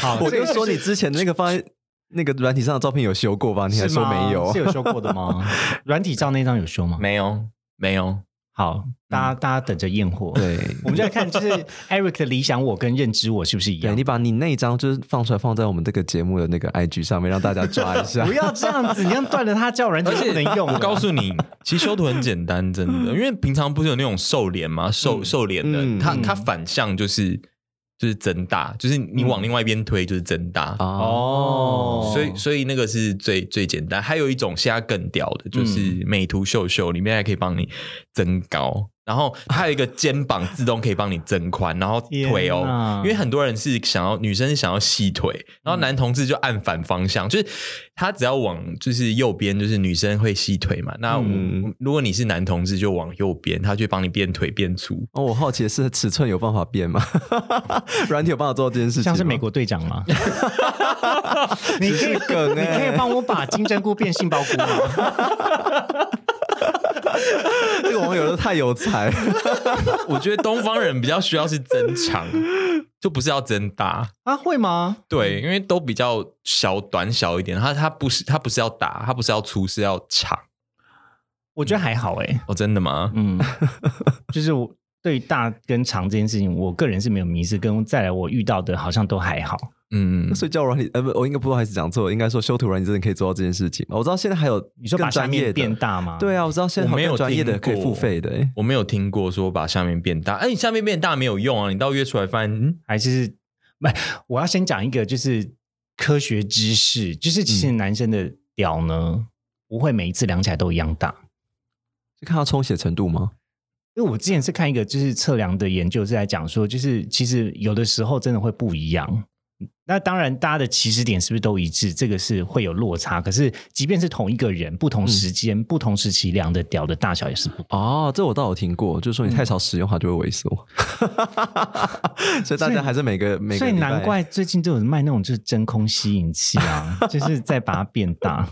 Speaker 1: 好
Speaker 3: 我就说你之前那个放在那个软体上的照片有修过吧？你还
Speaker 1: 是
Speaker 3: 说
Speaker 1: 吗
Speaker 3: 没有
Speaker 1: 是？有修过的 吗？软体照那张有修吗？
Speaker 2: 没有，没有，
Speaker 1: 好，大家、大家等着验货。，
Speaker 3: 嗯对。
Speaker 1: 我们就来看，就是 Eric 的理想我跟认知我是不是一
Speaker 3: 对
Speaker 1: 样
Speaker 3: 你？ 把你那一张就是放出来，放在我们这个节目的那个 IG 上面，让大家抓一 下
Speaker 1: 不。要这样子，你这样断了他叫软体就不能用了。
Speaker 2: 我告诉你，其实修图很简单，真 的，因为平常不是有那种瘦脸吗？瘦、瘦脸的，
Speaker 3: 嗯
Speaker 2: 它
Speaker 1: 嗯嗯
Speaker 2: 它反向就是就是增大，就是你往另外一边推就是增大。
Speaker 1: 哦，
Speaker 2: 所以，所以那个是最最简
Speaker 1: 嗯
Speaker 2: 单。还有一种现在更屌的，就是美图秀秀，里面还可以帮你增高，然后它有一个肩膀自动可以帮你增宽，然后腿
Speaker 1: 天
Speaker 2: 哦
Speaker 1: 哪，嗯
Speaker 2: 因为很多人是想要女生是想要细腿，然后男同志就按反方向，就是他只要往就是右边，就是女生会细腿嘛。那我
Speaker 3: 嗯
Speaker 2: 如果你是男同志，就往右边，他就会帮你变腿变粗。
Speaker 3: 哦，我好奇的是尺寸有办法变吗？ 软体有办法做到这件事情吗？
Speaker 1: 像是美国队长吗？ 你可以
Speaker 3: 梗
Speaker 1: 你可
Speaker 3: 欸
Speaker 1: 以帮我把金针菇变杏鲍菇吗？
Speaker 3: 这个网友都太有才，
Speaker 2: 我觉得东方人比较需要是增长，就不是要增大。
Speaker 1: 啊，会吗？
Speaker 3: 嗯
Speaker 2: 对，因为都比较小短小一点，它它不是它不是要打，它不是要粗，是要长。
Speaker 1: 我觉得还好哎、
Speaker 2: 哦，真的吗？
Speaker 1: 嗯，就是我对大跟长这件事情，我个人是没有迷失，跟再来我遇到的好像都还好。
Speaker 2: 嗯，
Speaker 3: 所以叫软体，呃，不，我应该不好意思讲错，应该说修图软体真的可以做到这件事情。我知道现在还有
Speaker 1: 你说
Speaker 3: 更
Speaker 1: 把下
Speaker 3: 专业
Speaker 1: 面
Speaker 3: 的
Speaker 1: 变大吗？
Speaker 3: 对啊，我知道现在还有更专业的
Speaker 2: 我没有
Speaker 3: 可
Speaker 2: 听
Speaker 3: 以
Speaker 2: 过
Speaker 3: 付费的、欸，
Speaker 2: 我没有听过说把下面变大，哎、你下面变大没有用啊！你到约出来发现，嗯，
Speaker 1: 还是不？我要先讲一个，就是科学知识，就是其实男生的屌呢，不会每一次量起来都一样大。
Speaker 3: 就看它充血程度吗？
Speaker 1: 因为我之前是看一个就是测量的研究，是在讲说，就是其实有的时候真的会不一样。那当然，大家的起始点是不是都一致？这个是会有落差。可是，即便是同一个人，不同
Speaker 3: 嗯
Speaker 1: 时间、不同时期量的屌的大小也是不
Speaker 3: 哦，这我倒有听过，就是说你太少使用它就会萎缩， 所以大家还是每个每个
Speaker 1: 所以
Speaker 3: 礼拜
Speaker 1: 难怪最近都有人卖那种就是真空吸引器啊， 就是再把它变 大。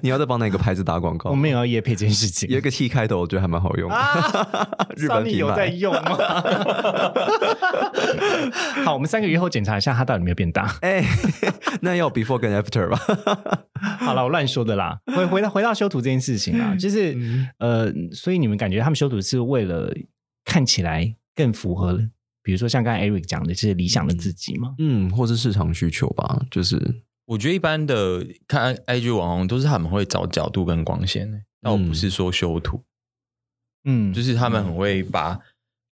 Speaker 3: 你要再帮那个牌子打广告。
Speaker 1: 我们也要夜配这件事情
Speaker 3: 有一个 T 开头，我觉得还蛮好用
Speaker 1: 啊
Speaker 3: 的。啊日本
Speaker 1: Sony
Speaker 3: 品
Speaker 1: 有在
Speaker 3: 牌。
Speaker 1: 用吗？ 好，我们三个月后检查一下它到底有没有变大。
Speaker 3: 哎、 那要 before 跟 after 吧？
Speaker 1: 好了，我乱说的啦。回回到回到修图这件事情啊，就是、呃，所以你们感觉他们修图是为了看起来更符合，比如说像刚才 Eric 讲的，就是理想的自己嘛。
Speaker 3: 嗯，或是市场需求吧，就是
Speaker 2: 我觉得一般的看 IG 网红都是他们会找角度跟光线、欸，倒不是说修图，
Speaker 1: 嗯，
Speaker 2: 就是是他们很会
Speaker 3: 嗯
Speaker 2: 把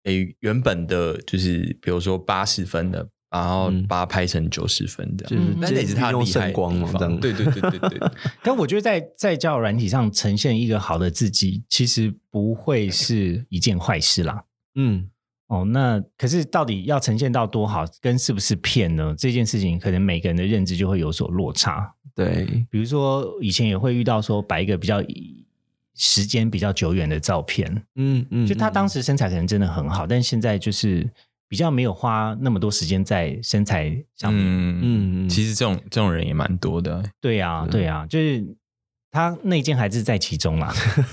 Speaker 2: 诶、原本的，就是比如说八十分的，然后
Speaker 3: 嗯
Speaker 2: 把它拍成九十分这
Speaker 3: 就
Speaker 2: 样。
Speaker 3: 是
Speaker 1: 嗯
Speaker 2: 那也是他厉
Speaker 3: 利用
Speaker 2: 害
Speaker 3: 圣
Speaker 2: 的
Speaker 3: 光
Speaker 2: 地
Speaker 3: 嘛，这
Speaker 2: 方。
Speaker 3: 样
Speaker 2: 对对对对 对，
Speaker 1: 但我觉得在在交友软体上呈现一个好的自己，其实不会是一件坏事啦。
Speaker 3: 嗯，
Speaker 1: 哦，那可是到底要呈现到多好，跟是不是骗呢？这件事情可能每个人的认知就会有所落差。
Speaker 3: 对，
Speaker 1: 比如说，以前也会遇到说摆一个比较时间比较久远的照片，
Speaker 3: 嗯嗯，
Speaker 1: 就他当
Speaker 3: 时
Speaker 1: 时身材可能真的很好，但现在就是比较没有花那么多时间在身材上面。
Speaker 2: 嗯嗯，
Speaker 3: 嗯嗯，
Speaker 2: 其实这种这种人也蛮多的、欸
Speaker 1: 对呀、对呀、就是他内奸还是在其中啦。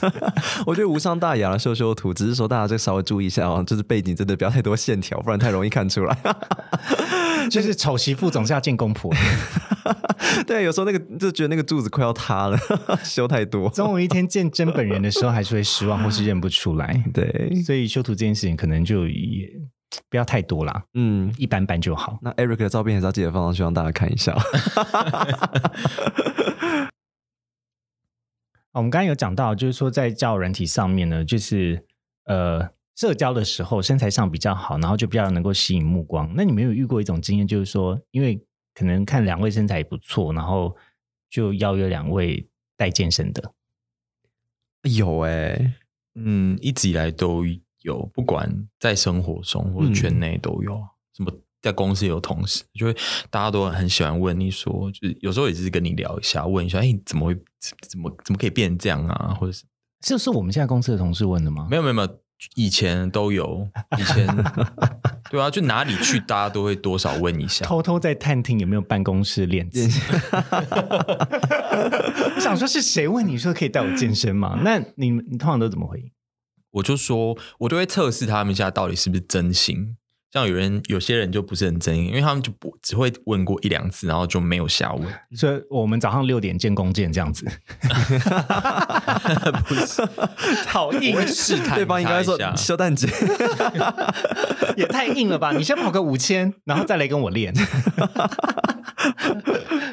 Speaker 3: 我觉得无伤大雅了，修修图，只是说大家就稍微注意一下哦，就是背景真的不要太多线条，不然太容易看出来。
Speaker 1: 就是丑媳妇总是要见公婆，
Speaker 3: 对，有时候那个就觉得那个柱子快要塌了， 修 太 多。
Speaker 1: 总有一天见真本人的时候，还是会失望或是认不出来。
Speaker 3: 对，
Speaker 1: 所以修图这件事情可能就也不要太多啦，
Speaker 3: 嗯，
Speaker 1: 一般般就好。
Speaker 3: 那 Eric 的照片还是要记得放上去让大家看 一下。
Speaker 1: 啊我们刚刚有讲到，就是说在交友软体上面呢，就是呃社交的时候身材上比较好，然后就比较能够吸引目光。那你们有遇过一种经验，就是说因为可能看两位身材不错，然后就邀约两位带健身的，
Speaker 3: 有哎、
Speaker 2: 嗯，一直以来都有，不管在生活中或者圈内都有，啊什么在公司有同事，就会大家都很喜欢问你说，就是有时候也是跟你聊一下，问一下，哎、你怎么会怎么怎么可以变这样啊，或者是
Speaker 1: 这是我们现在公司的同事问的吗？
Speaker 2: 没有没有没有，以前都有，以前对啊，就哪里去大家都会多少问一下，
Speaker 1: 偷偷在探听有没有办公室练肌。 我想说是谁问你说可以带我健身吗？那你们你通常都怎么回应？
Speaker 2: 我就说，我都会测试他们一下到底是不是真心。像有人有些人就不是很真心，因为他们就不只会问过一两次，然后就没有下 文。
Speaker 1: 所以我们早上六点见弓箭这样子，
Speaker 2: 不是，
Speaker 1: 好硬
Speaker 2: 我会试探
Speaker 3: 对方应该
Speaker 2: 他
Speaker 3: 说
Speaker 2: 一下
Speaker 3: 修蛋姐，
Speaker 1: 也太硬了吧！你先跑个五千，然后再来跟我练。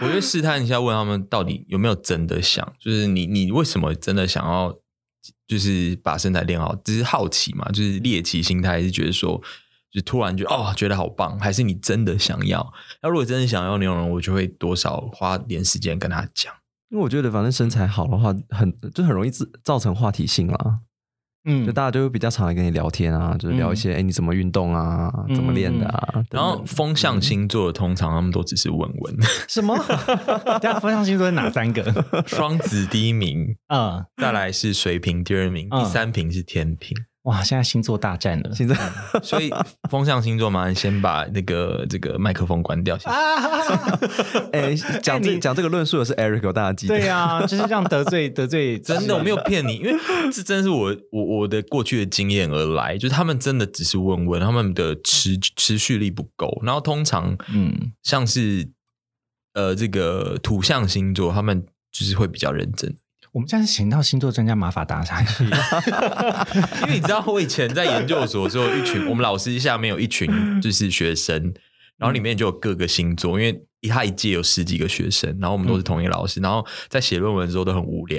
Speaker 2: 我就试探一下，问他们到底有没有真的想，就是你你为什么真的想要，就是把身材练好，只是好奇嘛，就是猎奇心态，还是觉得说，就突然就哦觉得好棒，还是你真的想要？那如果真的想要那种人，我就会多少花点时间跟他讲。
Speaker 3: 因为我觉得反正身材好的话，很就很容易自造成话题性啦。
Speaker 1: 嗯
Speaker 3: 就大家就会比较常来跟你聊天啊，就是聊一些哎、诶你怎么运动啊，怎么练的
Speaker 1: 嗯
Speaker 3: 啊，
Speaker 2: 然后风象星座通常他们都只是问问，
Speaker 1: 什么？ 大家风象星座是哪三个？
Speaker 2: 双子第一名，
Speaker 1: 嗯，
Speaker 2: 再来是水瓶第二名，
Speaker 1: 嗯
Speaker 2: 第三名是天平。
Speaker 1: 哇，现在星座大战了。
Speaker 3: 现在
Speaker 2: 所以风象星座麻烦先把那个这个麦克风关掉。谢谢
Speaker 1: 啊，
Speaker 3: 哎讲这
Speaker 1: 你
Speaker 3: 讲这个论述的是 Eric，哦大家记得
Speaker 1: 对啊呀、就是让得罪得罪，
Speaker 2: 真的，我没有骗你，因为这真是我我我的过去的经验而来，就是他们真的只是问问，他们的持持续力不够。然后通常，
Speaker 1: 嗯
Speaker 2: 嗯，像是呃这个土象星座，他们就是会比较认真，
Speaker 1: 我们现在请到星座专家马法达 下去，
Speaker 2: 因为你知道，我以前在研究所的时候，一群我们老师下面有一群就是学生，然后里面就有各个星座，因为他一届有十几个学生，然后我们都是同一个老师，然后在写论文的时候都很无聊，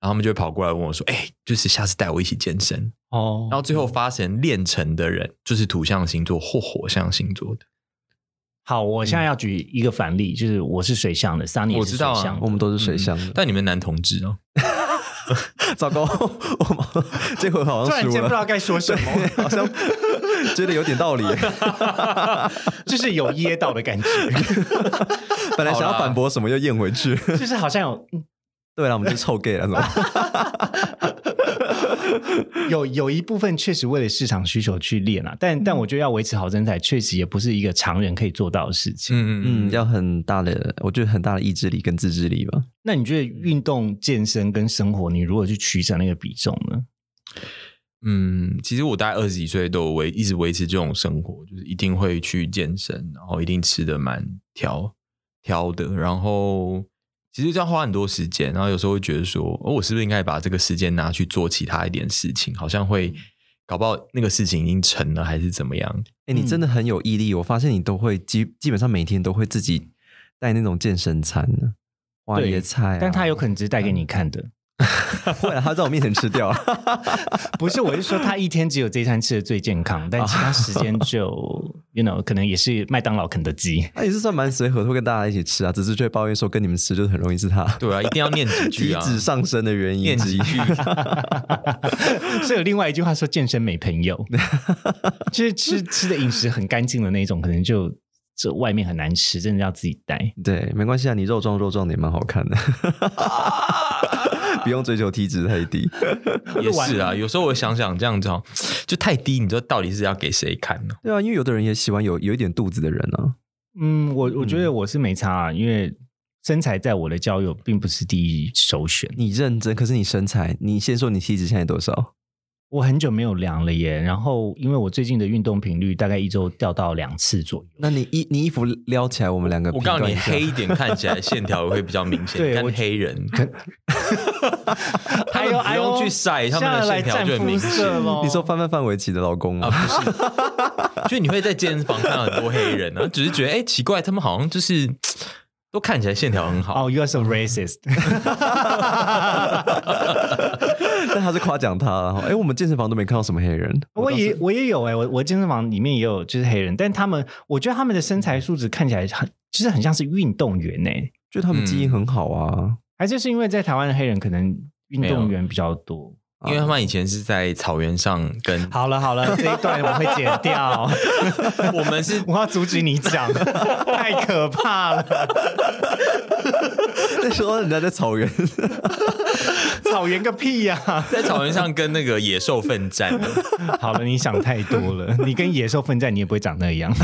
Speaker 2: 然后他们就会跑过来问我说：“哎、就是下次带我一起健身。”
Speaker 1: 哦，
Speaker 2: 然后最后发现练成的人就是土象星座或火象星座的，
Speaker 1: 好，我现在要举一个反例，就是我是水象的，Sunny
Speaker 2: 我
Speaker 1: 也是
Speaker 2: 知道啊
Speaker 1: 水象的
Speaker 3: 我们都是水象
Speaker 1: 嗯
Speaker 3: 的，
Speaker 2: 嗯但你们男同志哦，
Speaker 3: 糟糕，我们这回好
Speaker 1: 突
Speaker 3: 像
Speaker 1: 然
Speaker 3: 输
Speaker 1: 间不知
Speaker 3: 了，
Speaker 1: 道该说什么，
Speaker 3: 对 好像觉得有点道理。
Speaker 1: 就是有噎到的感觉，
Speaker 3: 本来想要
Speaker 2: 好啦
Speaker 3: 反驳什么，又咽回去。
Speaker 1: 就是好像有
Speaker 3: 对了，我们就臭 gay 了，怎么办？
Speaker 1: 有有一部分确实为了市场需求去练啊，但但我觉得要维持好身材，确实也不是一个常人可以做到的事情。
Speaker 2: 嗯
Speaker 3: 嗯，要很大的，我觉得很大的意志力跟自制力吧。
Speaker 1: 那你觉得运动、健身跟生活，你如何去取舍那个比重呢？
Speaker 2: 嗯，其实我大概二十几岁都有维一直维持这种生活，就是一定会去健身，然后一定吃的蛮挑挑的，然后其实这样花很多时间，然后有时候会觉得说，哦，我是不是应该把这个时间拿去做其他一点事情？好像会搞不好那个事情已经成了，还是怎么样？
Speaker 3: 哎、你
Speaker 2: 嗯
Speaker 3: 真的很有毅力，我发现你都会基基本上每天都会自己带那种健身餐呢，花
Speaker 1: 对
Speaker 3: 椰菜、啊。
Speaker 1: 但他有可能只是带给你看的，
Speaker 3: 会啊了，他在我面前吃掉啊 了。
Speaker 1: 不是，我是说他一天只有这一餐吃的最健康，但其他时间就，you know，可能也是麦当劳、肯德基。
Speaker 3: 他也是算蛮随和，会跟大家一起吃啊，只是却抱怨说跟你们吃就很容易是他
Speaker 2: 对啊，一定要念几句
Speaker 3: 体
Speaker 2: 啊，
Speaker 3: 脂上升的原因
Speaker 2: 念
Speaker 3: 之
Speaker 2: 几
Speaker 3: 一。
Speaker 2: 句。
Speaker 1: 所以有另外一句话说，健身没朋友，就是吃吃的饮食很干净的那种，可能就这外面很难吃，真的要自己带。
Speaker 3: 对，没关系啊，你肉壮肉壮的也蛮好看 的，不用追求体脂太低。
Speaker 2: 也是啊，有时候我想想这样子哦，就太低，你知道到底是要给谁看呢？
Speaker 3: 对啊，因为有的人也喜欢有有一点肚子的人啊。
Speaker 1: 嗯，我我觉得我是没差、啊，因为身材在我的交友并不是第一首选。
Speaker 3: 你认真，可是你身材，你先说你体脂现在多少？
Speaker 1: 我很久没有量了耶，然后因为我最近的运动频率大概一周掉到两次左右。
Speaker 3: 那你衣你衣服撩起来，我们
Speaker 1: 呃
Speaker 3: 两个
Speaker 2: 我告诉
Speaker 3: 评断
Speaker 2: 你，
Speaker 3: 一下
Speaker 2: 黑一点看起来线条会比较明显，
Speaker 1: 对
Speaker 2: 但
Speaker 1: 我
Speaker 2: 黑人
Speaker 1: 哎
Speaker 2: 他
Speaker 1: 呦
Speaker 2: 们
Speaker 1: 哎
Speaker 2: 不
Speaker 1: 呦，
Speaker 2: 用去晒，他们的线条就 很明显。啊
Speaker 1: 喽
Speaker 3: 你说范范范维奇的老公吗？
Speaker 2: 就你会在健身房看到很多黑人 啊，只是觉得哎、奇怪，他们好像就是都看起来线条很好。
Speaker 1: 哦、y o u are so racist
Speaker 3: 但他是夸奖他了哈。哎、我们健身房都没看到什么黑人。
Speaker 1: 哦我也我也有哎、我我健身房里面也有就是黑人，但他们我觉得他们的身材素质看起来很，其实很像是运动员哎、
Speaker 3: 就他们基因很好啊，
Speaker 1: 还就是因为在台湾的黑人可能运
Speaker 2: 没有
Speaker 1: 动员比较多。
Speaker 2: 因为他们以前是在草原上 跟
Speaker 1: 好了好了，这一段我会剪掉，
Speaker 2: 我们是
Speaker 1: 我要阻止你讲， 太可怕了，嗯
Speaker 3: 那时候人家在 草原，
Speaker 1: 草原个屁呀、
Speaker 2: 在草原上跟那个野兽 奋战的。
Speaker 1: 好了，你想太多了，你跟野兽奋战，你也不会长那样。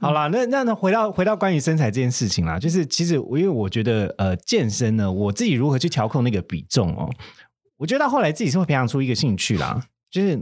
Speaker 1: 好啦，那那那回到回到关于身材这件事情啦，就是其实我因为我觉得呃健身呢，我自己如何去调控那个比重哦，我觉得到后来自己是会培养出一个兴趣啦，就是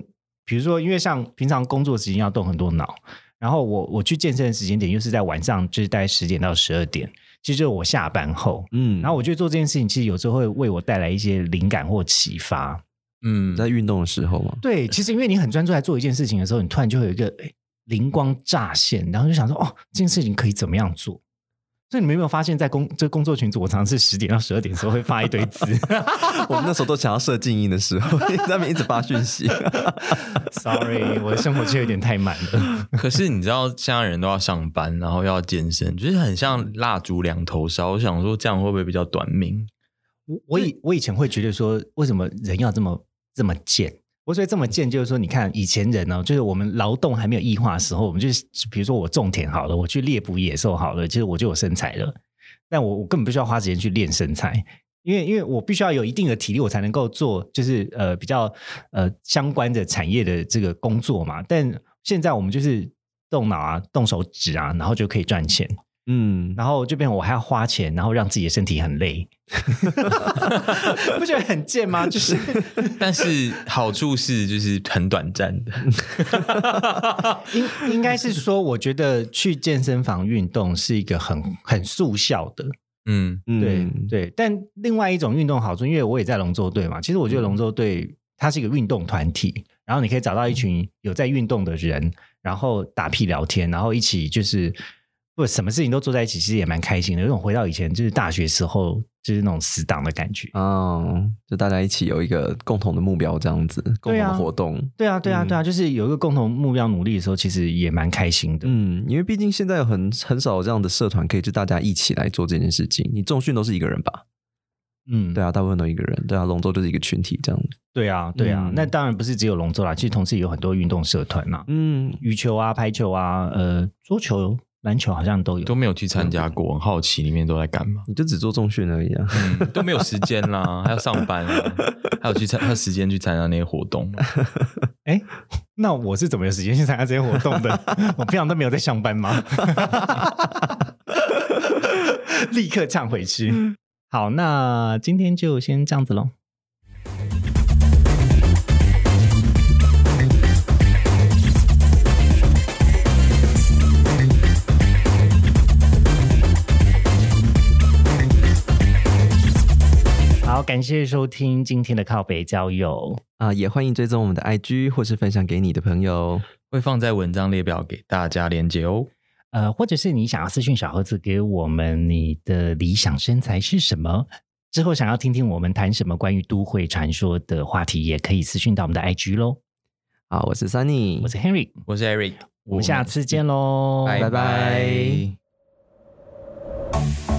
Speaker 1: 比如说因为像平常工作时间要动很多脑，然后我我去健身的时间点又是在晚上，就是大概十点到十二点，其实就是我下班后，
Speaker 3: 嗯，
Speaker 1: 然后我觉得做这件事情，其实有时候会为我带来一些灵感或启发。
Speaker 2: 嗯
Speaker 3: 你，在运动的时候嘛，
Speaker 1: 对，其实因为你很专注在做一件事情的时候，你突然就会有一个诶灵光乍现，然后就想说，哦，这件事情可以怎么样做？所以你们有没有发现，在工这工作群组，我常常是十点到十二点的时候会发一堆 字啊
Speaker 3: 我们那时候都想要设静音的时候， 在那边一直发 讯息。
Speaker 1: ，sorry，我的生活圈有点太满了。
Speaker 2: 可是你知道，现在人都要上班，然后要健身，就是很像蜡烛两头烧。我想说，这样会不会比较短命？
Speaker 1: 我我以我以前会觉得说，为什么人要这么这么贱？我所以这么贱，就是说，你看以前人呢、哦就是我们劳动还没有异化的时候，我们就是比如说我种田好了，我去猎捕野兽好了，其实我就有身材了，但我我根本不需要花时间去练身材。因为因为我必须要有一定的体力，我才能够做就是呃比较呃相关的产业的这个工作嘛。但现在我们就是动脑啊，动手指啊，然后就可以赚钱，
Speaker 3: 嗯，
Speaker 1: 然后就变成我还要花钱，然后让自己的身体很累， 不觉得很贱吗？就是
Speaker 5: 但是好处是就是很短暂 的，
Speaker 1: 应应该是说，我觉得去健身房运动是一个很很速效的，
Speaker 5: 嗯，
Speaker 1: 对、
Speaker 3: 嗯
Speaker 1: 对，但另外一种运动好处，因为我也在龙舟队嘛，其实我觉得龙舟队它是一个运动团体，然后你可以找到一群有在运动的人，然后打屁聊天，然后一起就是不什么事情都做在一起，其实也蛮开心的，有种回到以前就是大学时候就是那种死党的感觉。
Speaker 3: 哦，就大家一起有一个共同的目标，这样子，共同
Speaker 1: 对啊
Speaker 3: 的活动。
Speaker 1: 对啊，对啊，对啊，就是有一个共同目标努力的时候，其实也蛮开心的。
Speaker 3: 嗯，因为毕竟现在有很很少有这样的社团可以就大家一起来做这件事情。你重训都是一个人吧？
Speaker 1: 嗯，
Speaker 3: 对啊，大部分都一个人。对啊，龙舟就是一个群体这样子。
Speaker 1: 对啊，对啊。
Speaker 3: 嗯
Speaker 1: 那当然不是只有龙舟啦，其实同时也有很多运动社团嘛，
Speaker 3: 嗯，
Speaker 1: 羽球啊、排球啊、呃、桌球、篮球好像都有。
Speaker 5: 都没有去参加过，很好奇里面都在干嘛，
Speaker 3: 你就只做重训而已啊。
Speaker 5: 嗯都没有时间啦， 还要上班啊，还有去参，还有时间去参加那些活动吗，
Speaker 1: 哎，那我是怎么有时间去参加这些活动的？我平常都没有在上班吗？立刻唱回去。好，那今天就先这样子喽。好，感谢收听今天的靠北交友。
Speaker 3: 啊，也欢迎追踪我们的 IG 或是分享给你的朋友。
Speaker 5: 会放在文章列表给大家连接哦。
Speaker 1: 呃，或者是你想要私讯小盒子给我们你的理想身材是什么？之后想要听听我们谈什么关于都会传说的话题，也可以私讯到我们的 IG 喽。
Speaker 3: 好，我是 Sunny，
Speaker 1: 我是 Henry，
Speaker 5: 我是 Eric，
Speaker 1: 我们下次见喽，
Speaker 5: 拜
Speaker 3: 拜拜
Speaker 5: 拜